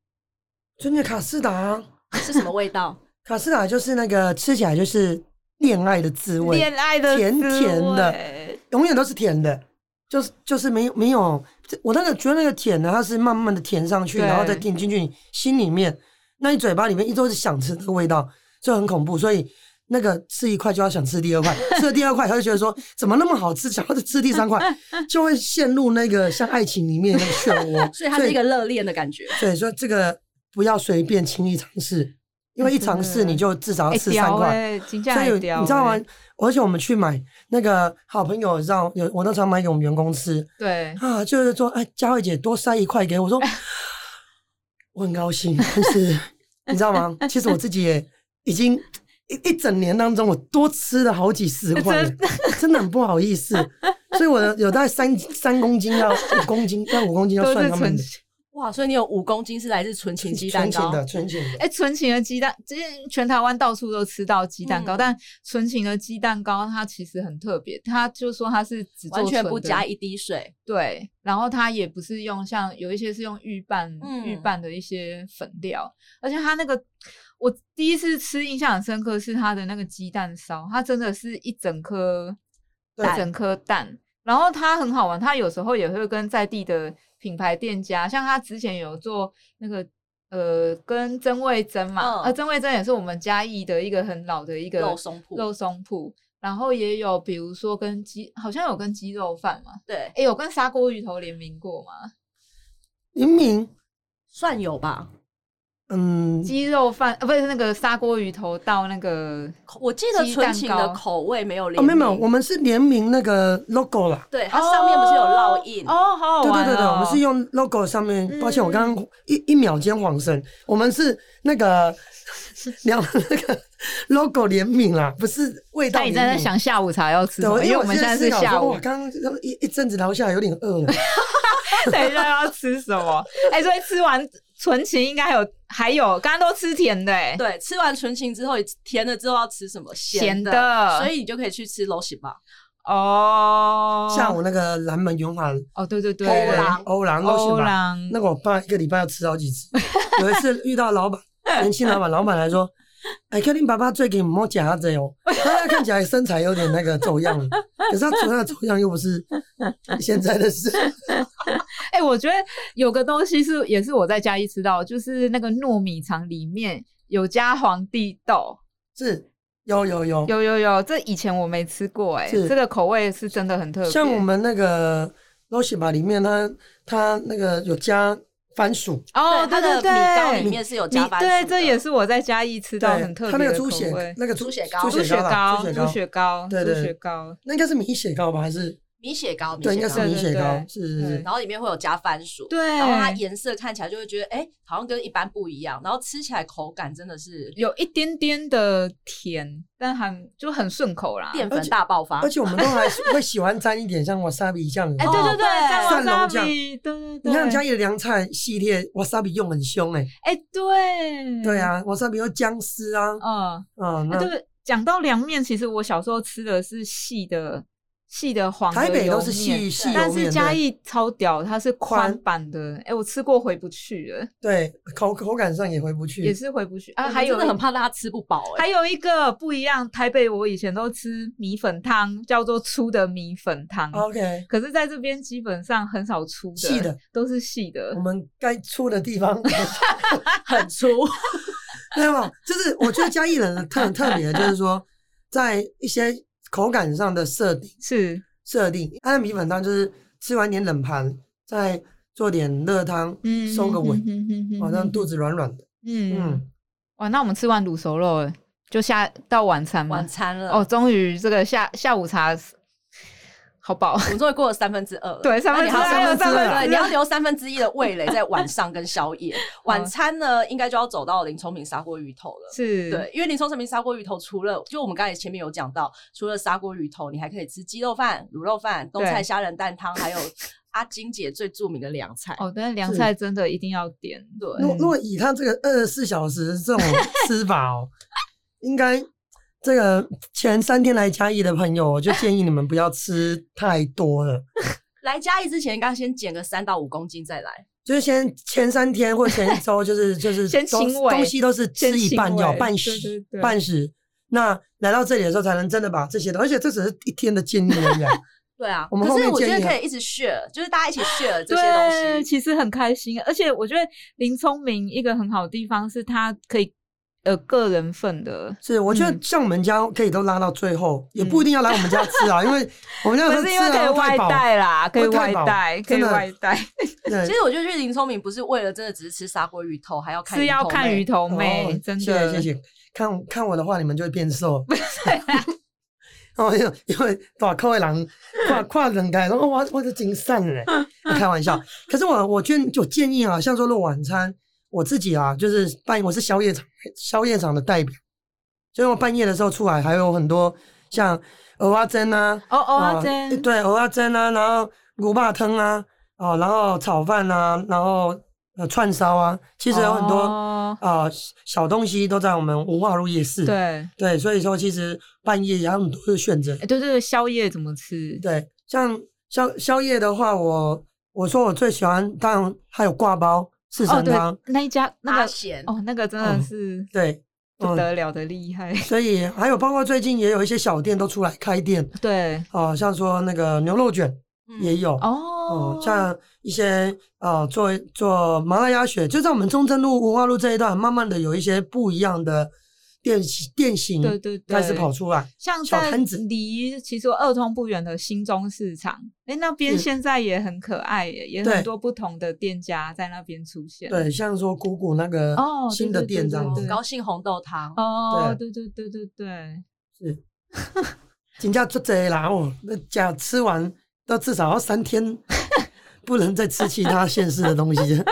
春节卡士达，
是什么味道？
卡士达就是那个吃起来就是恋爱的滋味，
恋爱的
甜
滋
甜的
味，
永远都是甜的，就是就是没有没有，这我那个觉得那个甜呢，它是慢慢的甜上去，
对
然后再甜进去你心里面，那你嘴巴里面一直都是想吃这个味道，就很恐怖，所以。那个吃一块就要想吃第二 块，吃了第二块他就觉得说怎么那么好吃，想要再吃第三 块，就会陷入那个像爱情里面的那个漩 涡。
所以它是一个热恋的感觉。
所以说这个不要随便轻易尝试，因为一尝试你就至少要
哎
吃三
屌
块。
哎，金价
所以
还
有
屌，
你知道吗
欸
哎？？
而且我们去买那个好朋友让有我那常买给我们员工吃
对，
啊，就是说哎，佳慧姐多塞一块给 我，我说我很高兴，但是你知道吗？其实我自己也已经一一整年当中，我多吃了好几十块了
真，
真的很不好意 思。所以我的有大概三三公斤要五公斤，要五公斤要
都
算
是
他们
纯
的
情。
哇，所以你有五公斤是来自纯情鸡蛋
纯
糕
情，的纯情的。
哎，纯情的鸡蛋，其实全台湾到处都吃到鸡蛋糕，
嗯
但纯情的鸡蛋糕它其实很特别，它就说它是只做
完全
纯
不
的
加一滴水。
对，然后它也不是用像有一些是用预拌、预
嗯
拌的一些粉料，而且它那个我第一次吃印象很深刻是它的那个鸡蛋烧，它真的是一整颗
对
一整颗蛋，然后它很好玩，它有时候也会跟在地的品牌店家，像它之前有做那个。呃，跟曾味珍嘛，
嗯
呃，曾味珍也是我们嘉义的一个很老的一个
肉松铺
肉松铺，然后也有比如说跟鸡，好像有跟鸡肉饭嘛，
对，
哎、有跟砂锅鱼头联名过吗？
明明
算有吧。
嗯，
鸡肉饭呃不是那个砂锅鱼头到那个
口我记得
鸡
纯
蛋
情
糕
的口味没有
哦，
联名，
没有没有，我们是联名那个 logo 啦。
对它上面不是有烙印，
哦，好好
对对
玩
对对，
哦
我们是用 logo 上面。
嗯
抱歉，我刚刚一一秒间晃神。我们是那个两那个 logo 联名啦，不是味道
那
联
你
名。
在那想下午茶要吃什
对，
么？
因为
我们现在是
在思考
下
说
午
哇，刚刚一一阵子聊下来有点饿了。
等一下要吃什 么？哎、所以吃完纯情应该还有还有，刚刚都吃甜的、哎，
对，吃完纯情之后，甜了之后要吃什么？
咸
咸
的，
所以你就可以去吃 l o s 吧。
哦，
下午那个南门永华
哦，对对对，
欧郎
欧郎
欧
欧郎，
郎，
那个我爸一个礼拜要吃好几次。 有一次遇到 老板，年轻老板，老板来说：“哎，看你爸爸最近没夹子哦，他看起来身材有点那个 走样，可是他走样的走样又不是现在的事。
哎、我觉得有个东西是也是我在家一吃到的，就是那个糯米肠里面有加皇帝豆，
是有有有，
有有有，这以前我没吃过、哎，
是
这个口味是真的很特别，
像我们那个 l o s h i b a 里面，它它那个有加番薯，
哦，
它
对对
的
对，
米糕里面是有
米
加番薯
对，
的
这也是我在嘉义吃
对
到很特
它那
别
个
的口
猪血
味。
那个
猪血糕
猪
猪
血
血
啦
糕，
猪血
猪
糕，
血糕，
对
猪
对
血糕，
那应该是米血糕吧？还是
米血糕，米
对，应该
血
是
糕，
米血糕
对对，
是是
对
是。
然后里面会有加番薯，
对，
然后它颜色看起来就会觉得，哎、好像跟一般不一样，然后吃起来口感真的是
有一点点的甜，但很就很顺口啦。
淀
而
粉
且
大爆发
而。且我们都还会喜欢沾一点像 wasabi 酱。
啊哎，对对
哦
对，
对
蘸
蒜蓉
wasabi，
酱
对对对，
你看嘉义的凉菜系列 wasabi 用很凶哎，
哎，对
对，啊，wasabi 有姜丝啊，
嗯，
嗯，
哎
那
对，讲到凉面，其实我小时候吃的是细的细的黄的
台北都
油
是
面
细细
但
油
是
面
嘉
的，
义超屌，它是宽
宽嗯
版的，哎，我吃过回不去了，
对，口口感上也回不
也
去。
是回不去
哎
啊，
我
还有
真的
一
很怕大家吃不饱、哎，
还有一个不一样，台北我以前都吃米粉汤，叫做粗的米粉汤。
OK，
可是在这边基本上很少粗的，
哦细的
都是细的
我。们该出的地方
很粗，
没有，就是我觉得嘉义人的特特别，就是说在一些口感上的设定
是，
设定，它的米粉汤就是吃完点冷盘，再做点热汤，
嗯
嗯收个尾，好像肚
子，
子软软的。
嗯，
嗯，
哇，那我们吃完卤熟肉了，就下到晚餐嘛
晚。餐了。
哦，终于这个下下午茶好饱，
我们终于过了三分之二了，
对三分之
二三分
那你还有
之二
对你 要留三分之一的味蕾在晚上跟宵夜。
嗯
晚餐呢，应该就要走到林聪明砂锅鱼头了。
是，
对，因为林聪明砂锅鱼头除了就我们刚才前面有讲到，除了砂锅鱼头，你还可以吃鸡肉饭、卤肉饭、东菜
对
虾仁蛋汤，还有阿金姐最著名的凉菜。
哦，但是凉菜真的一定要点，
嗯如
对，
果如果以他这个二十四小 时这种吃法哦，应该这个前三天来嘉义的朋友，我就建议你们不要吃太多了，
来嘉义之前，应该先减个三到五公斤再来。
就是先前三天或前一周，就是就是
先
都
轻微
东西都是吃一半
先
药
轻微
半
对
食
对对
半食。那来到这里的时候，才能真的把这些东西，而且这只是一天的建议而已啊。
对啊，
我们后
可是
面
我觉
建
得
议啊
可以一直 share，就是大家一起 share 这些
对，
东西。
其实很开心。而且我觉得林聪明一个很好的地方是他可以呃个人份的，
是，我觉得
嗯
像我们家可以都拉到最后，也不一定要来我们家吃啊，因 为我们家
不
有时候
是因为
吃
可以
啊
外
太饱。
带啦，可以
会
外
太饱
带，可
真
以
的
外 带，
对
其，实我觉得去林聪明不是为了真的只是吃砂锅鱼头，还要看
是要
头
看
妹
鱼头妹
哦，
真
谢
的
谢谢谢。看看我的话，你们就会 变瘦。
啊
哦，因为因为大口 的人跨跨两代，然后哦我我就真瘦嘞，开玩笑。可是我我建我建议啊，像说如果晚餐，我自己啊，就是半我是宵夜场宵夜场的代表，所以我半夜的时候出来还有很多像蚵仔煎啊，
哦哦，
啊
阿珍，
对，蚵仔煎啊，然后牛肉汤啊，哦，然后炒饭啊，然后呃串烧啊，其实有很多啊、
哦
呃小小东西都在我们文化路夜市。
对，哎
对，所以说其实半夜也有很多的选择。
对对对，宵夜怎么吃？
对，像宵宵夜的话，我我说我最喜欢，当然还有挂包、四
哦，
神
对
汤，，
那一家那
阿
个
贤，
哦，那个真的
啊嗯
是
对，
不
嗯，
得了的厉害，
所以还有包括最近也有一些小店都出来开店，
对，
哦、像说那个牛肉卷
嗯
也有，哦
哦，，
像一些呃，做做麻辣鸭血，就在我们中正路、文化路这一段，慢慢的有一些不一样的店型店型
对对对，
开始跑出来，
像
小
在
摊子
离其实二通不远的新中市场，哎、那边
嗯
现在也很可爱耶，也
对
很多不同的店家在那边出现。
对，像说姑姑那个
哦对
新的
对对
店这样
对
子
对，
高兴红豆汤，
哦，对对对对对，
是，请假出贼啦哦，那假吃完都至少要三天，不能再吃其他现实的东 西。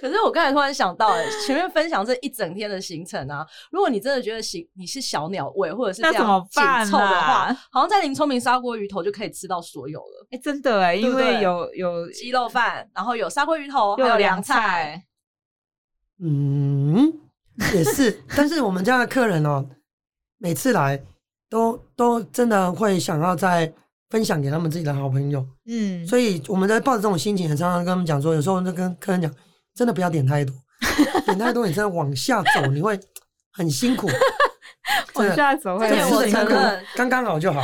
可是我刚才突然想到、哎，前面分享这一整天的行程啊，如果你真的觉得行你是小鸟胃或者是
那
这
怎么
样紧
办啊
凑的话
啦，
好像在林聪明砂锅鱼头就可以吃到所有了，
哎，真的哎，
对
因
不对
为有有
鸡肉饭，然后有砂锅鱼头，还
又
有
凉
凉菜，，
嗯，也是，但是我们家的客人哦，每次来都都真的会想要再分享给他们自己的好朋友，
嗯，
所以我们在抱着这种心情，也常常跟他们讲说，有时候就跟客人讲，真的不要点太多， 点太多你真的往下走，你会很 辛苦。真
往
的
下走会
这点我
很
承
辛
刚
苦
认
刚刚刚好就好。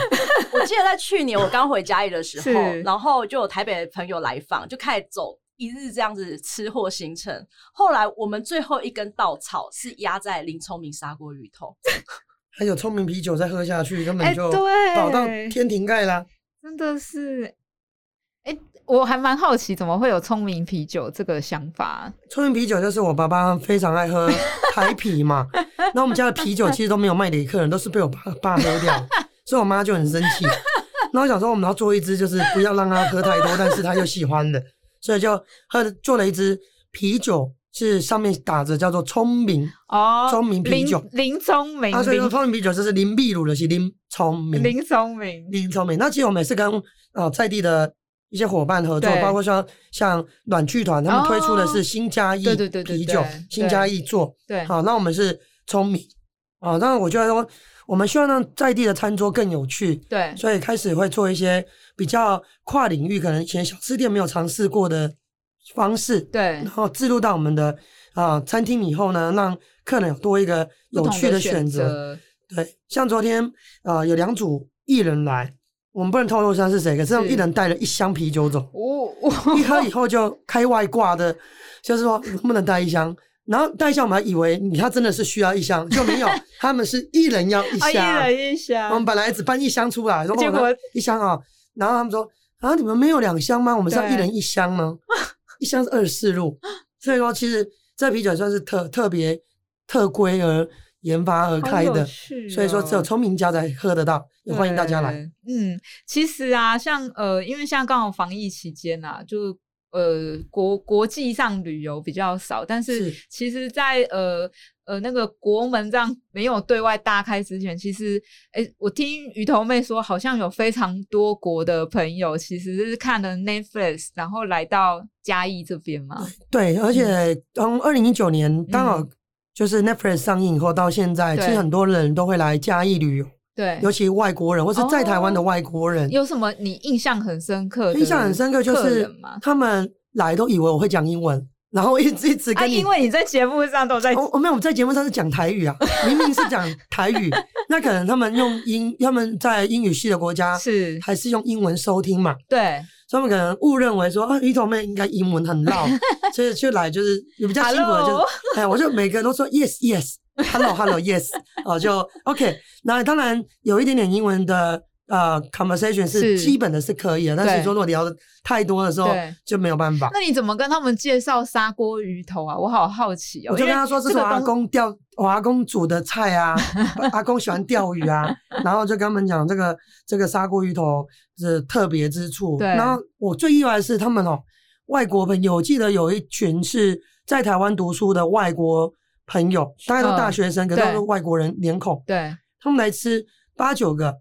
我记得在去年我刚回家里的时候
是，
然后就有台北的朋友来访，就开始走一日这样子吃货行程。后来我们最后一根稻草是压在林聪明砂锅鱼头，
还有聪明啤酒再喝下去，根
哎
本就
对
饱到天庭盖啦。
真的是。哎，我还蛮好奇，怎么会有聪明啤酒这个想法？
聪明啤酒就是我爸爸非常爱喝台啤嘛，那我们家的啤酒其实都没有卖给客人，都是被我爸爸喝掉，所以我妈就很生气。然后想说我们要做一支，就是不要让他喝太多，但是他又喜欢的，所以就喝了做了一支啤酒，是上面打着叫做聪明，
哦，
聪明啤
林
酒
林聪明，
啊，所以说
林
聪明啤酒就是林秘鲁的是林聪明，
林聪明，
林聪明。那其实我们也是跟啊、呃在地的一些伙伴合作
对，
包括像像软剧团，他们推出的
哦
是新嘉义
对对对对
啤
对
酒
对，
新嘉义做。
对，
好，那我们是聪明啊，那我觉得说我们希望让在地的餐桌更有趣，
对，
所以开始会做一些比较跨领域，可能以前小吃店没有尝试过的方式，
对
然，后置入到我们的啊、餐厅以后呢，让客人有多一个有趣
不同
的
的
选择。
择，
对，像昨天啊、呃有两组艺人来，我们不能透露像是谁，可是他们
是，
一人带了一箱啤酒走
我我
一喝以后就开外挂的，就是说能不能带一箱？然后带一箱，我们还以为你他真的是需要一箱，就 没有，他们是一人要一
啊，一
箱。
人一
我
箱
们，本来只搬一箱出来，然后
结果
一箱啊，然后他们说啊，你们没有两箱吗？我们是要
对
一人一箱吗？一箱是二十四入，所以说其实这啤酒算是特特别特规而研发
好
而开
有
的，
趣
所以说只有
哦
聪明家才喝得到，也欢迎大家来。
对。嗯，其实啊，像呃，因为像刚好防疫期间啊，就呃国国际上旅游比较少，但是
是
其实在，呃。呃，那个国门这样没有对外大开之前，其实，哎、我听鱼头妹说，好像有非常多国的朋友其实是看了 Netflix，然后来到嘉义这边嘛。
对，而且从二零一九年刚好
嗯
就是 Netflix 上映以后到现在，
对
其实很多人都会来嘉义旅游，
对，
尤其外国人或是在台湾的
哦
外国人，
有什么你印象很深刻的？
印象很深刻就是
嘛，
他们来都以为我会讲英文，然后一直一直
啊，
跟你
因为你在节目上都在
哦，我没有，我们在节目上是讲台语啊，明明是讲台语， 那可能他们用英，他们在英语系的国家
是，
还是用英文收听嘛，
对，
所以他们可能误认为说啊，鱼头妹应该英文 很绕，所以就来就是也比较辛苦的，就是
Hello
哎，我就每个人都说 yes yes hello hello yes，哦 就 OK，那当然有一点点英文的。呃、c o n v e r s a t i o n 是
是
基本的，是可以的，但是
对
你说如果聊的太多的时候
对
就没有办法。
那你怎么跟他们介绍砂锅鱼头啊？我好好奇哦。
我就跟他说
因
这
为
是
这
我
个
阿
东
公钓，我阿公煮的菜啊， 阿公喜欢钓鱼啊，然后就跟他们讲这个这个砂锅鱼头是特别之处。
对
然后我最意外的是他们哦，外国朋友，我记得有一群是在台湾读书的外国朋友，大概都大学生，可是都是
嗯对
外国人脸孔，
对
他们来吃八九个，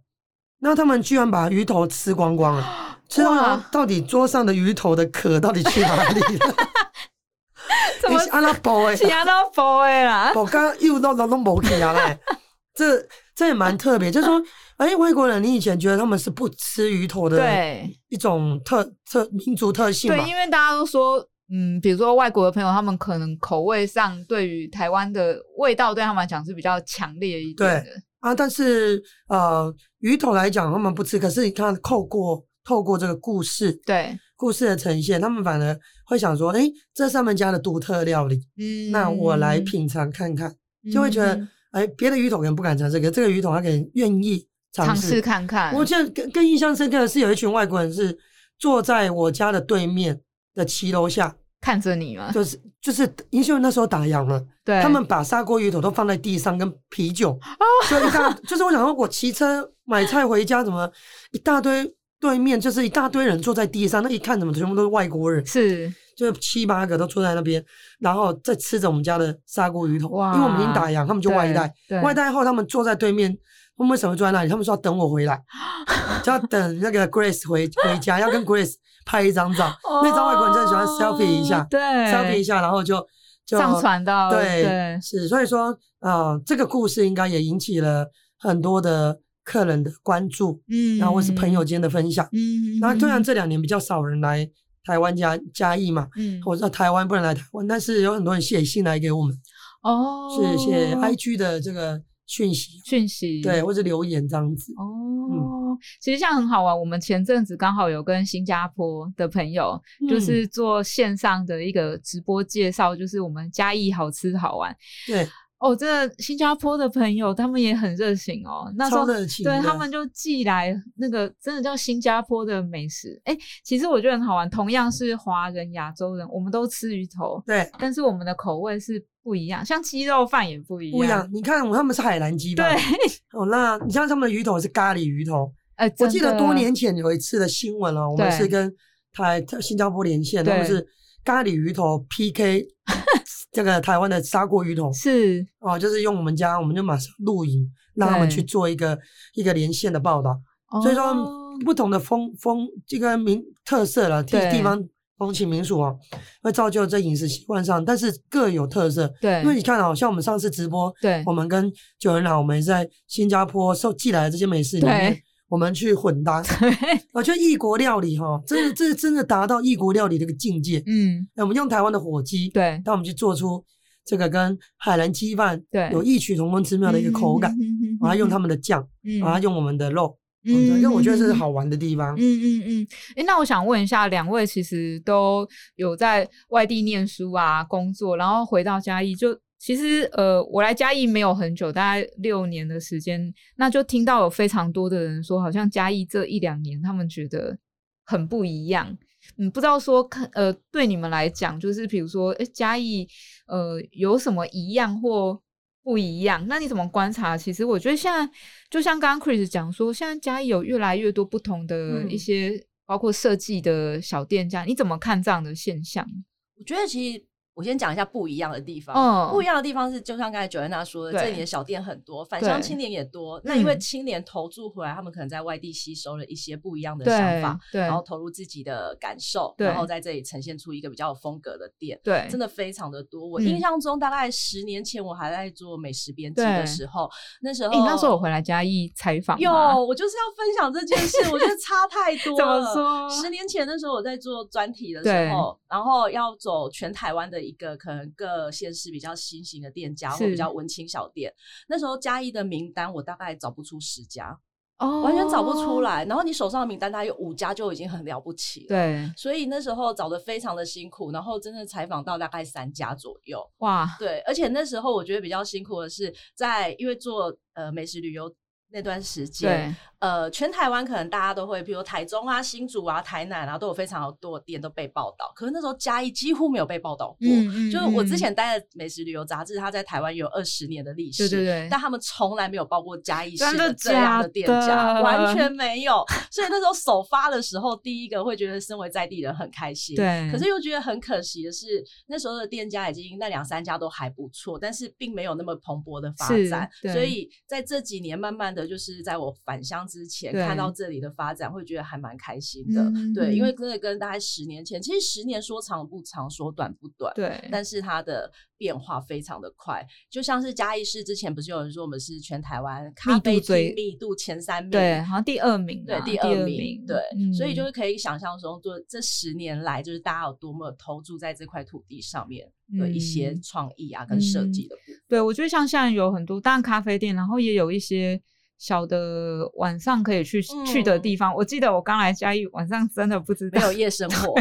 那他们居然把鱼头吃光光 了。吃到
哇
到底桌上的鱼头的壳到底去哪里了？
怎么
你是阿拉伯哎，
其他都不会 啦？
我刚刚又到到拢无去啊 嘞，这这也蛮特别，就是
嗯
说，哎、外国人，你以前觉得他们是不吃鱼头的
对
一种特特民族特性嘛
对，？因为大家都说。嗯，比如说外国的朋友，他们可能口味上对于台湾的味道对他们来讲是比较强烈一点的。
啊，但是呃，鱼头来讲他们不吃，可是你看透过透过这个故事
对，
故事的呈现，他们反而会想说，哎、这是他们家的独特料理，
嗯
那我来品尝看看，就会觉得
嗯
哎，别的鱼桶可能不敢尝试，可这个鱼桶他可能愿意尝
尝试
试。
看看。
我记得更更印象深刻的是，有一群外国人是坐在我家的对面的骑 楼下，
看着你嘛，
就是就是因为那时候打烊了，
对，哦
他们把砂锅鱼头都放在地上，跟啤 酒，就一大，就是我想说，我骑车买菜回家，怎么一大堆对面就是一大堆人坐在地上，那一看怎么全部都是外国人，
是
就七八个都坐在那边，然后再吃着我们家的砂锅鱼头，
哇
因为我们已经打烊，他们就外带，，
对
外
带
带后他们坐在对面。他们为什么坐在那里？他们说要等我回来，就要等那个 Grace 回回家，要跟 Grace 拍一张照。那张外国人真的喜欢 selfie 一下，
哦对
selfie 一下，然后就就
上传到
对
对
是，所以说，呃，这个故事应该也引起了很多的客人的关注，
嗯，
然后或是朋友，间的分享。
嗯，
那虽然这两年比较少人来台湾嘉嘉义嘛，
嗯，
或者说台湾不能来台湾，但是有很多人写信来给我们，
哦，嗯
是写 IG 的这个讯息，
讯息，
对，嗯或者留言这样子。
哦，其实这样很好玩。我们前阵子刚好有跟新加坡的朋友，就
嗯
是做线上的一个直播介绍，就是我们嘉义好吃好玩。
对，
哦，真的，新加坡的朋友他们也很热情哦。那时候
超热情
对
的
他们就寄来那个真的叫新加坡的美食。哎，其实我觉得很好玩，同样是华人、亚洲人，我们都吃鱼头，
对，
但是我们的口味是不一样，像鸡肉饭也不一样。
不一样。你看，他们是海南鸡
对
饭，，哦，那你像他们的鱼头是咖喱鱼头，
呃，
我记
真
得
的
多年前有一次的新闻哦，我们
对
是跟台新加坡连线，他们
对
是咖喱鱼头 PK 这个台湾的砂锅鱼头
是
哦，就是用我们家，我们就马上录影，让他们
对
去做一个一个连线的报道。所以说
哦
不同的风风这个民特色了，地
对
地方风情民俗哦，会造就在饮食习惯上，但是各有特色。
对，
因为你哦看哦，像我们上次直播，
对
我们跟九人老，我们也在新加坡受寄来的这些美食里面
对，
我们去 混搭。我觉得异国料理哈，真的，这真的达到异国料理的一个境界。哎
嗯，
那我们用台湾的火鸡，
对
但我们去做出这个跟海南鸡饭
对，
有异曲同工之妙的一个口感，
嗯，
然后用他们的酱，
嗯，
然后用我们的肉，因为我觉得这是好玩的地方
嗯。。嗯嗯嗯，哎、那我想问一下，两位其实都有在外地念书啊、工作，然后回到嘉义就。其实，呃，我来嘉义没有很久，大概六年的时间，那就听到有非常多的人说，好像嘉义这一两年他们觉得很不一样。嗯，不知道说看，呃，对你们来讲，就是比如说，哎、嘉义，呃，有什么一样或不一样？那你怎么观察？其实我觉得现在，就像刚刚 Chris 讲说，现在嘉义有越来越多不同的
嗯
一些，包括设计的小店家，你怎么看这样的现象？
我觉得其实我先讲一下不一样的地方。
嗯
不一样的地方是，就像刚才九安娜说的，
对
这里的小店很多，返
对
乡青年也多。那因为
嗯
青年投注回来，他们可能在外地吸收了一些不一样的想
对
法，
对
然后投入自己的感受，
对
然后在这里呈现出一个比较有风格的店。
对，
真的非常的多。我
嗯
印象中，大概十年前我还在做美食编辑
对
的时候，那时候
诶你那时候有回来嘉义采访
有，啊
吗
我就是要分享这件事，我觉得差太 多
怎么
了。
说
十年前那时候我在做专题的
哦对
时候，然后要走全台湾的一个可能各县市比较新型的店家或
是
比较文青小店，那时候嘉义的名单我大概找不出十家，
哦，
完全找不出。来。然后你手上的名单大概有五家就已经很了不起了。
对，
所以那时候找的非常的辛苦，然后真的采访到大概三家左右。
哇，
对，而且那时候我觉得比较辛苦的是在，因为做呃美食旅游那段时间，
对，
呃，全台湾可能大家都会，比如台中啊、新竹啊、台南啊，都有非常多的店都被报道。可是那时候嘉义几乎没有被报道过，
嗯
就是我之前待的美食旅游杂志，它在台湾有二十年的历史，
对对对，
但他们从来没有报过嘉义
真
市
的
的这样的店
假的
家，完全没有。所以那时候首发的时候，第一个会觉得身为在地人很开心，
对
可是又觉得很可惜的是，那时候的店家已经那两三家都还不错，但是并没有那么蓬勃的发
是
展。
对
所以在这几年，慢慢的就是在我返乡之前
对
看到这里的发展，会觉得还蛮开心的。
嗯
对，因为真的跟大概十年前，其实十年说长不长，说短不短。
对，
但是它的变化非常的快，就像是嘉义市之前不是有人说我们是全台湾咖
密度
啡
最
厅密度前三名，
对，好像第二名
对
啊，
第
二
二名，对，
嗯
所以就是可以想象说，做这十年来，就是大家有多么投注在这块土地上面的一些
嗯
创意啊，跟设计的部分。
对，我觉得像现在有很多，当然咖啡店，然后也有一些小的晚上可以去、去的
嗯
地方。我记得我刚来嘉义，晚上真的不知道
没有夜生活，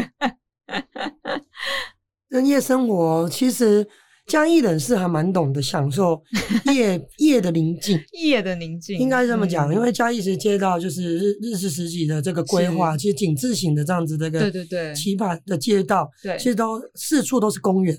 那夜生活其实嘉义人是还蛮懂得享受 夜夜的宁静，
夜的宁静，
应该这么讲，
嗯
因为嘉义其实接到就是日日式十几的这个规划，其实景致型的这样子这
对
个
对对
棋盘的街道，
对
其实都四处都是公园。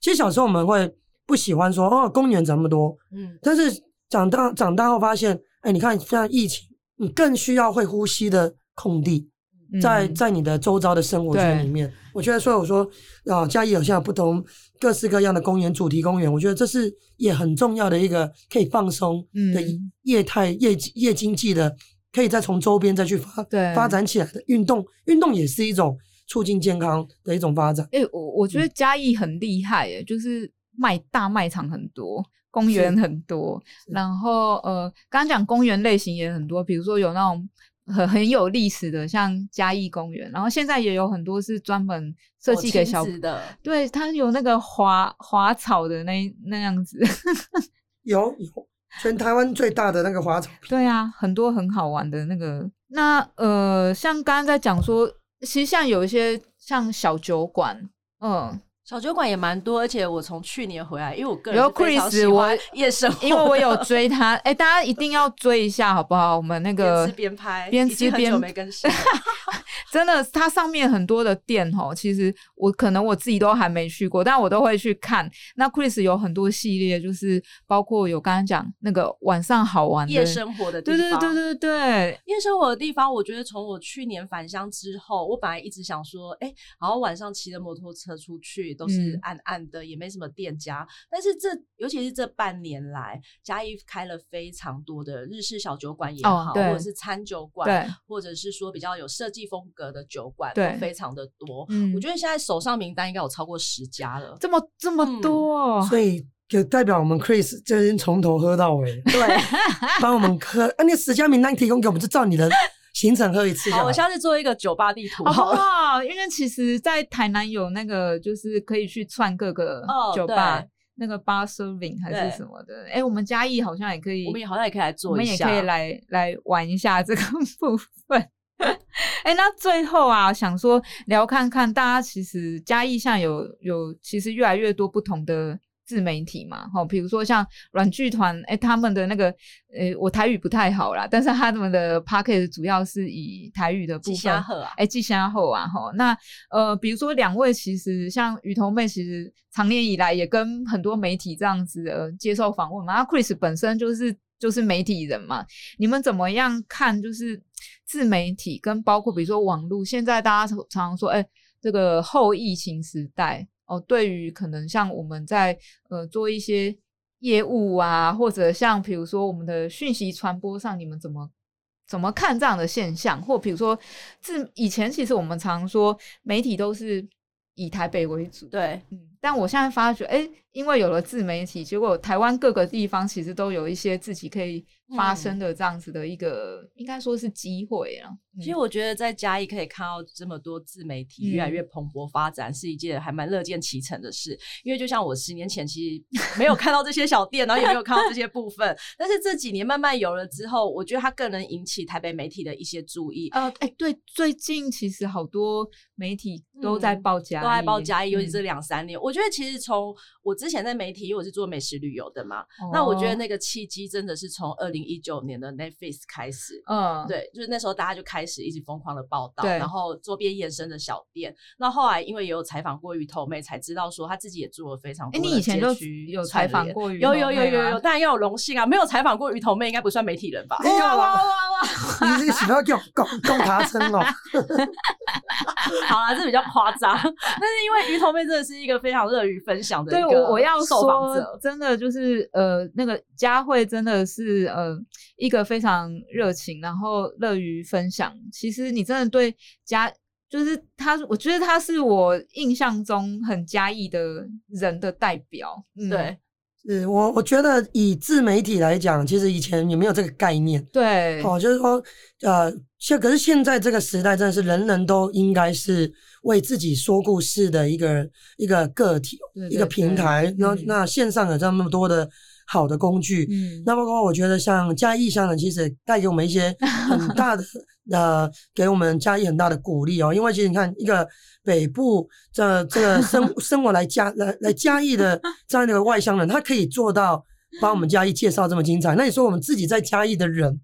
其实小时候我们会不喜欢说哦公园怎么多，
嗯，
但是长大长大后发现，哎，你看现在疫情，你更需要会呼吸的空地，
嗯
在在你的周遭的生活圈
对
里面，我觉得，所以我说啊，嘉义有现在不同各式各样的公园、主题公园，我觉得这是也很重要的一个可以放松的
嗯
业态、业业经济的，可以再从周边再去发
对
发展起来的运动，运动也是一种促进健康的一种发展。
哎、我我觉得嘉义很厉害耶，就是卖大卖场很多，公园很多，然后呃，刚刚讲公园类型也很多，比如说有那种。很很有历史的，像嘉义公园，然后现在也有很多是专门设计给小
我，哦亲自的，
对，它有那个滑滑草的那那样子，
有有，全台湾最大的那个滑草，
对啊，很多很好玩的那个。那呃，像刚刚在讲说，其实像有一些像小酒馆，嗯，
小酒馆也蛮多，而且我从去年回来，因为我个人
有
是非常
Chris，
喜欢
我
夜生 活，
因为我有追他，哎、大家一定要追一下好不好？我们那
边
个
吃边拍，
边
已
吃
经很
边
久没更新了，
真的，它上面很多的店吼，其实我可能我自己都还没去过，但我都会去看。那 Chris 有很多系列，就是包括有刚刚讲那个晚上好玩的
夜生活的地
对
方，
对对对对，
夜生活的地方，我觉得从我去年返乡之后，我本来一直想说，哎、然后晚上骑着摩托车出去都是
嗯
暗暗的，也没什么店家。但是这尤其是这半年来，嘉义开了非常多的日式小酒馆也
哦
好，
对
或者是餐酒馆，
对，
或者是说比较有设计风格的酒馆，都
对
非常的多。
嗯，
我觉得现在手上名单应该有超过十 家了。
这么这么多哦、
所以就代表我们 Chris 这边从头喝到尾。
对，
帮我们喝，啊，那十家名单提供给我们，就照你的行程喝一次就
好，
好
我。下次做一个酒吧地图
哦好
好
不
了。
好？因为其实，在台南有那个，就是可以去串各个
哦
酒吧，
对
那个 bar serving 还是
对
什么的。哎、我们嘉义好像也可以，
我们也好像也可以来
我
做
们
一
也
下，
可以来来玩一下这个 部分。哎、那最后啊，想说聊看看大家其实嘉义像有有其实越来越多不同的自媒体嘛，哈，比如说像软剧团，哎、他们的那个，呃、我台语不太好啦，但是他们的 p a c k a g e 主要是以台语的部
鸡
分
虾。鹤啊。
哎，季虾后啊，哈，那呃，比如说两位其实像鱼头妹，其实长年以来也跟很多媒体这样子呃接受访问嘛。那 Chris 本身就是就是媒体人嘛，你们怎么样看就是自媒体跟包括比如说网络，现在大家常常说，哎，这个后疫情时代哦，对于可能像我们在呃做一些业务啊，或者像比如说我们的讯息传播上，你们怎么怎么看这样的现象？或比如说，自以前其实我们常说媒体都是以台北为主，
对，
嗯，但我现在发觉，哎、因为有了自媒体，结果台湾各个地方其实都有一些自己可以发生的这样子的一个，应该说是机会啊。嗯
其实我觉得在嘉义可以看到这么多自媒体
嗯
越来越蓬勃发展，是一件还蛮乐见其成的事。因为就像我十年前其实没有看到这些小店，然后也没有看到这些 部分，但是这几年慢慢有了之后，我觉得它更能引起台北媒体的一些注意。
呃，哎、对，最近其实好多媒体都在
嗯
报嘉义、
都爱报嘉义，尤其这
嗯
两三年，我觉得其实从我之前在媒体，因为我是做美食旅游的嘛，那我
哦
觉得，那个契机真的是从二零一九年的 Netflix 开始，
哦嗯，
对，就是那时候大家就开始一直疯狂的报道，
对
然后周边衍生的小店。那后来因为也有采访过鱼头妹，才知道说她自己也做了非常
哎、
多的
你以前就
街区
有
串
采访
联。
过鱼
有
头
有有
妹
有
吗
有，当然要有荣幸啊！没有采访过鱼头妹，应该不算媒体人 吧？
没有啊， 你这个喜欢叫拱拱爬称哦，
好啦，这比较夸张。 但是因为鱼头妹真的是一个非常乐于分享的一
对
个
我我要
受访
说
者，，
真的就是呃，那个佳慧真的是呃一个非常热情，然后乐于分享。其实你真的对佳，就是他，我觉得他是我印象中很嘉义的人的代表。嗯、
对
是我我觉得以自媒体来讲，其实以前也没有这个概念。
对，嗯
哦，就是说，呃，现可是现在这个时代，真的是人人都应该是为自己说故事的一个一个个体，
对
一个
对
平
对
台。那
嗯
那线上有这么多的好的工具。
嗯，
那包括我觉得像嘉义乡人，其实也带给我们一些很大的呃，给我们嘉义很大的鼓励哦。因为其实你看，一个北部这这个生生活来嘉来来嘉义的这样的一个外乡人，他可以做到把我们嘉义介绍这么精彩。那你说我们自己在嘉义的人，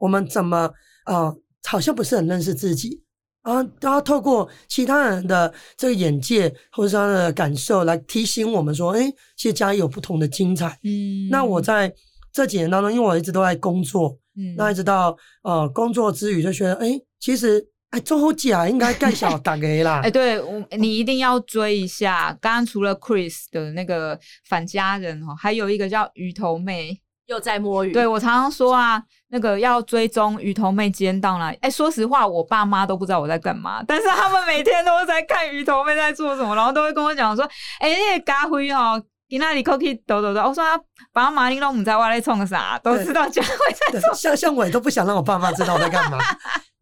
我们怎么啊、呃好像不是很认识自己？啊，然后透过其他人的这个眼界或者是他的感受来提醒我们说，哎，其实嘉义有不同的精彩。
嗯
那我在这几年当中，因为我一直都在工作，
嗯
那一直到呃工作之余就觉得，哎、其实哎做好假应该盖小打给啦
哎、。对我，你一定要追一下。刚刚除了 Chris 的那个反家人哦，还有一个叫鱼头妹。
又在摸鱼，
对我常常说啊，那个要追踪鱼头妹今天到哪里。哎、说实话，我爸妈都不知道我在干嘛，但是他们每天都在看鱼头妹在做什么，然后都会跟我讲说，哎、那个咖啡哦。今那里 cookie 抖抖抖，我说啊，爸妈你都不知道我在冲啥，都知道家会在
对像像我也都不想让我爸妈知道我在 干嘛。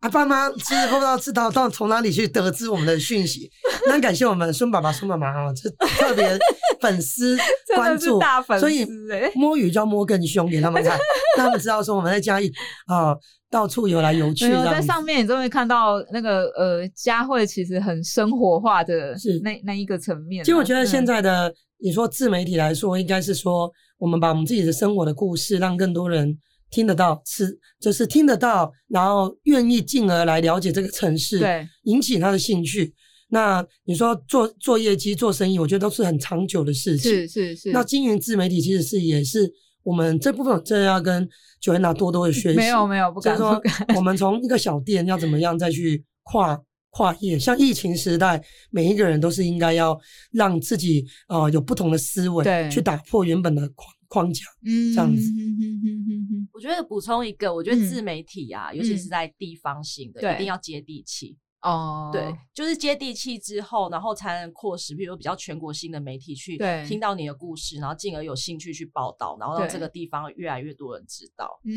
啊，爸妈其实不知道知道到从哪里去得知我们的讯息。那感谢我们孙爸爸、孙妈妈啊，这 特别粉丝
真
关
的是
注
大粉丝
所以
哎、
摸鱼就要摸更凶给他 们看，让他们知道说我们在嘉义啊、到处游来游 去
没有
这样
在
子。
上面，你就会看到那个呃，佳慧其实很生活化的
是
那那一个层面啊。
其实我觉得现
在
在的你说自媒体来说，应该是说我们把我们自己的生活的故事，让更多人听得到，是就是听得到，然后愿意进而来了解这个城市，，
对
引起他的兴趣。那你说做做业绩、做生意，我觉得都是很长久的事情。
是是是，
那经营自媒体其实是也是我们这部分真的要跟九安娜多多的学习。
没有没有不
就是
敢
说
不敢，，
我们从一个小店要怎么样再去跨跨业？像疫情时代，每一个人都是应该要让自己呃有不同的思
对
维，去打破原本的框框架。
嗯
这样子
嗯嗯嗯嗯嗯
我觉得补充一个，我觉得
嗯
自媒体啊，尤其是在地方性的，
对
一定要接地气。
哦，
对，就是接地气之后，然后才能扩实，比如比较全国性的媒体去
对
听到你的故事，然后进而有兴趣去报道，然后让
对
这个地方越来越多人知道。
嗯，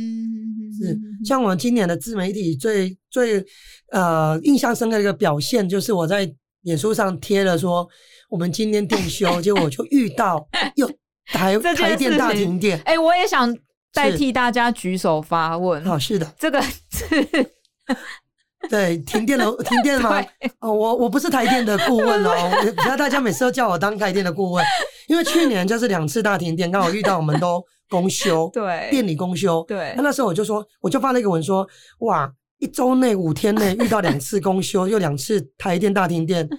是
嗯
像我今年的自媒体最最呃印象深刻的一个表现，就是我在脸书上贴了说我们今天店休，结果我就遇 到又台
这件
台电
事
大
情
停电。
哎、我也想代
是
替大家举手发问，
好，啊是的，
这个是
对，停电了，停电吗？
对，
哦，我我不是台电的顾问哦，不要大家每次都叫我当台电的顾问，因为去年就是两次大停电，刚好遇到我们都公休
对
店里公休，
对
那那时候我就说，我就发了一个文说，哇，一周内五天内遇到两次公休，又两次台电大停电，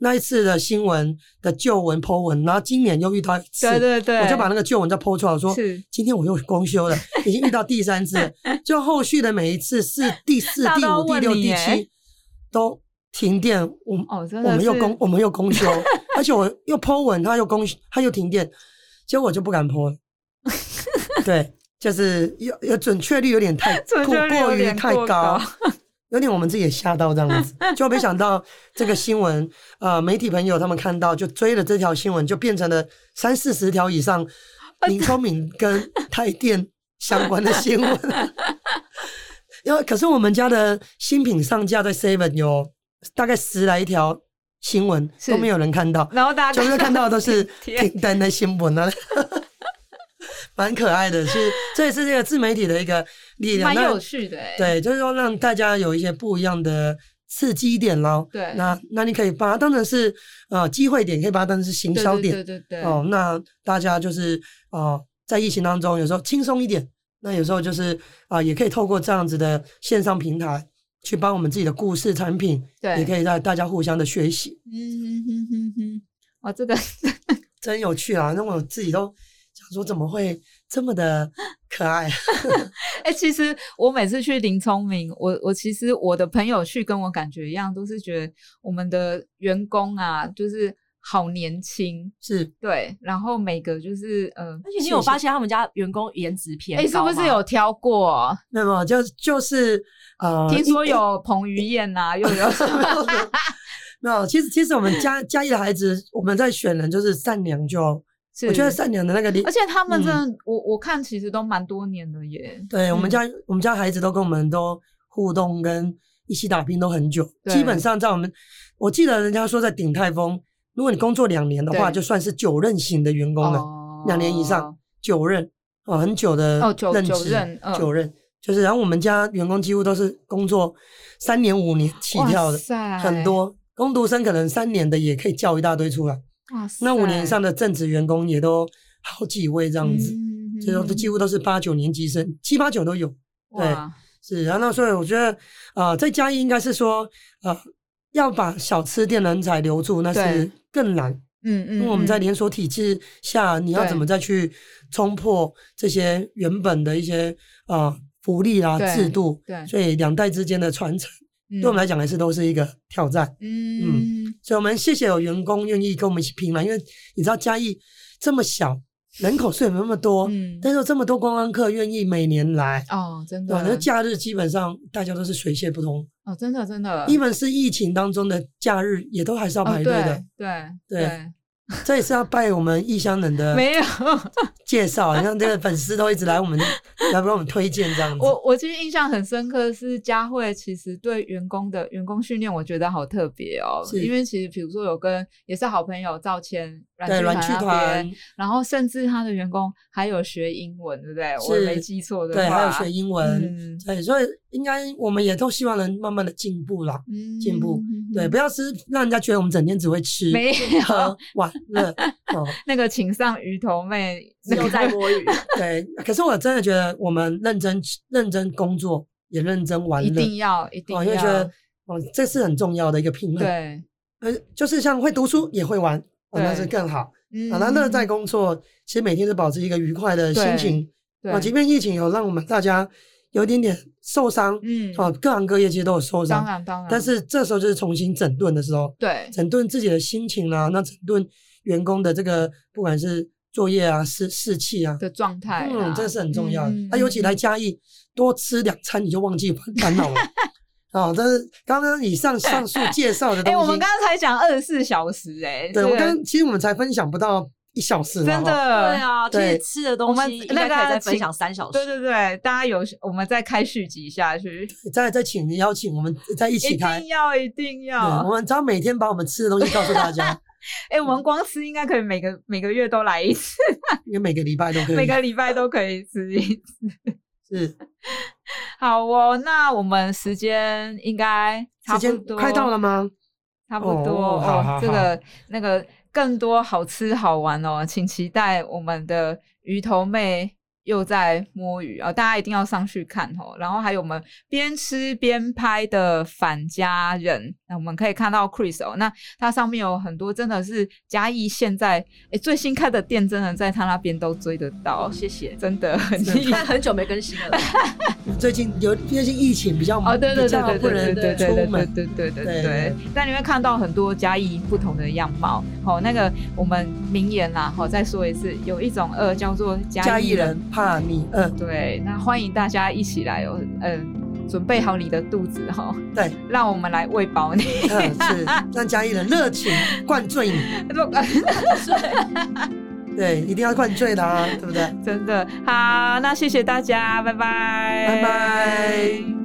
那一次的新闻的旧闻 po 文，然后今年又遇到一次，
对对对，
我就把那个旧文再 po 出来，我说。
是
今天我又公休 了，已经遇到第三次了，就后续的每一次是第四、
大家
第
都
五、第
问
六、
你
第
耶
七都停电，我们
哦，真
我
的
们又
是
公我们又公 休，而且我又 Po 文，他又公他又停电，结果我就不敢 Po 了。对，就是有有准确率有点太
准
过
确率有
过于
点
太
过
高
高，
有点我们自己也吓到这 样子，就没想到这个新闻，呃，媒体朋友他们看到就追了这条新闻，就变成了三四十条以上
啊
林聪明跟台电相关的 新闻。因为可是我们家的新品上架在 Seven 有大概十来条新闻
是
都没有人 看到，
然后大家
就是看到都是
停
停单的新 闻啊，蛮可爱的。是，这也是这个自媒体的一个力量。
蛮
那
有趣的、哎，
对，就是说让大家有一些不一样的刺激点咯。
对
那那你可以把它当成是呃机会点，可以把它当成是行销
对
点
对对对对，
哦，那大家就是呃，在疫情当中，有时候轻松一点，那有时候就是啊、也可以透过这样子的线上平台，去帮我们自己的故事产品，
对
也可以让大家互相的学习，
嗯哼哼哼哼，哇，这个
真有趣啊！那我自己都想说，怎么会这么的可爱？
哎、其实我每次去林聪明，我我其实我的朋友去跟我感觉一样，都是觉得我们的员工啊，就是好年轻，
是
对，然后每个就是嗯，
而且你有发现他们家员工颜值偏
哎、是
高
不是
吗
有挑过？
那么就就是呃，
听说有彭于晏呐、又有
没有？其实其实我们 嘉嘉义的孩子，我们在选人就是善良就好，
是，
我觉得善良的那个力
而且他们
嗯
真的，我我看其实都蛮多年了耶，
对我们
嗯
家、我们家孩子都跟我们都互动跟一起打拼都很久，
对
基本上在我们，我记得人家说在鼎泰丰，如果你工作两年的话，
对
就算是九任型的员工了，
哦
两年以上，九任。哦很久的
哦久
任
久
职
任嗯
久任就是，然后我们家员工几乎都是工作三年五年起跳的，
的
很多工读生可能三年的也可以叫一大堆出来，
哇塞，
那五年以上的正职员工也都好几位这
这
样子，
嗯
这都几乎都是八九年级生，七八九都有。对
哇
是，然后所以我觉得，啊，在嘉义应该是说，呃，要把小吃店人才留住，那
对
是更难，
嗯嗯，
因为我们在
嗯
连锁体制下，你要
对
怎么再去冲破这些原本的一些啊福利啦、
对
制度，
对
所以两代之间的传承，对我们来讲还是都是一个挑战。
嗯嗯
所以我们谢谢有员工愿意跟我们一起拼了，因为你知道嘉义这么小，人口虽然没那么多，
嗯
但是有这么多观光客愿意每年来。
哦，真
对吧，啊那
的
假日基本上大家都是水泄不通，
哦，真的真的，
even 是疫情当中的假日，也都还是要
哦
排队的。
对
对呃这也是要拜我们异乡人的
对，没有。
介绍，像这个粉丝都一直来我们来帮我们推荐这样子。
我我其实印象很深刻的是佳慧，其实对员工的员工训练，我觉得好特别哦。
是
因为其实比如说有跟也是好朋友赵谦、
对
阮
软
剧
剧
那
团
边，，然后甚至他的员工还有学英文，对不对？我
是
没记错的
对，还有
话
学英文，
嗯
对，所以应该我们也都希望能慢慢的进步啦。
嗯
进步
嗯
对，
嗯
不要吃，让人家觉得我们整天只会吃、
没有
喝、玩乐。哦，
那个请上鱼头妹，那
又
个
在摸鱼，
对。可是我真的觉得我们认真认真工作，也认真玩
一
乐。
定要一定要
哦，因为觉得哦，这是很重要的一个平衡。
对，
呃，就是像会读书也会玩，哦，那是
对
更好。
嗯
啊，那乐在工作，其实每天都保持一个愉快的心
对
情。啊，
嗯
即
对，
便疫情有让我们大家有一点点受伤，
嗯，
哦，各行各业其实都有受
当
伤，
然当然，
但是这时候就是重新整顿的时候，
对
整顿自己的心情啦、那整顿员工的这个不管是作业啊、士士气啊，
的状态啦，
嗯，这是很重要的。
嗯
那、尤其来嘉义，多吃两餐你就忘记烦 烦恼了。哦，但是刚刚以上上述介绍的东
哎、
西，
我们刚才讲二十四小时、哎，
对
这
我
个
刚其实我们才分享不到一小时，好
真
不好
的，
对啊，其
对
实吃的东
我们
西应该可
那
以
个
再分
请
享三小时。
对对对，大家有我们再开续集下去，
再再请邀请我们再一
一
起开
定。要一定
对，我
要，
们只要每天把我们吃的东西告诉大 家，
哎、我们光吃应该可以每个每个月都来一次，
因为每个礼拜都可以。
每个礼拜都可以吃一次。
是
好哦，那我们时间应该差
时
不
间
多，
快到了吗？
差不多
哦好好
这
好
个那个更多好吃好玩哦，请期待我们的鱼头妹又在摸鱼啊、大家一定要上去看哦。然后还有我们边吃边拍的返家人，那我们可以看到 Chris 哦，那它上面有很多真的是嘉义现在诶最新开的店，真的在他那边都追得到
好，，谢谢。
真的很厉
你
害。
看很久没更新了，
最近有最近疫情比较
哦，对对
比
对
较
对
不
对对
能
对对
出
对
门，
对对对
对
对
对。
但你会看到很多嘉义不同的样貌。好，那个我们名言啦，好，再说一次，有一种饿叫做
嘉
嘉
义
义人。
人怕你嗯饿，
对，那欢迎大家一起来哦，嗯，准备好你的肚子哈、哦，
对，
让我们来喂饱你。
嗯是让嘉义人热情灌醉你，
呃
对，一定要灌醉啊他，对不对？
真的好，那谢谢大家，拜拜，
拜拜。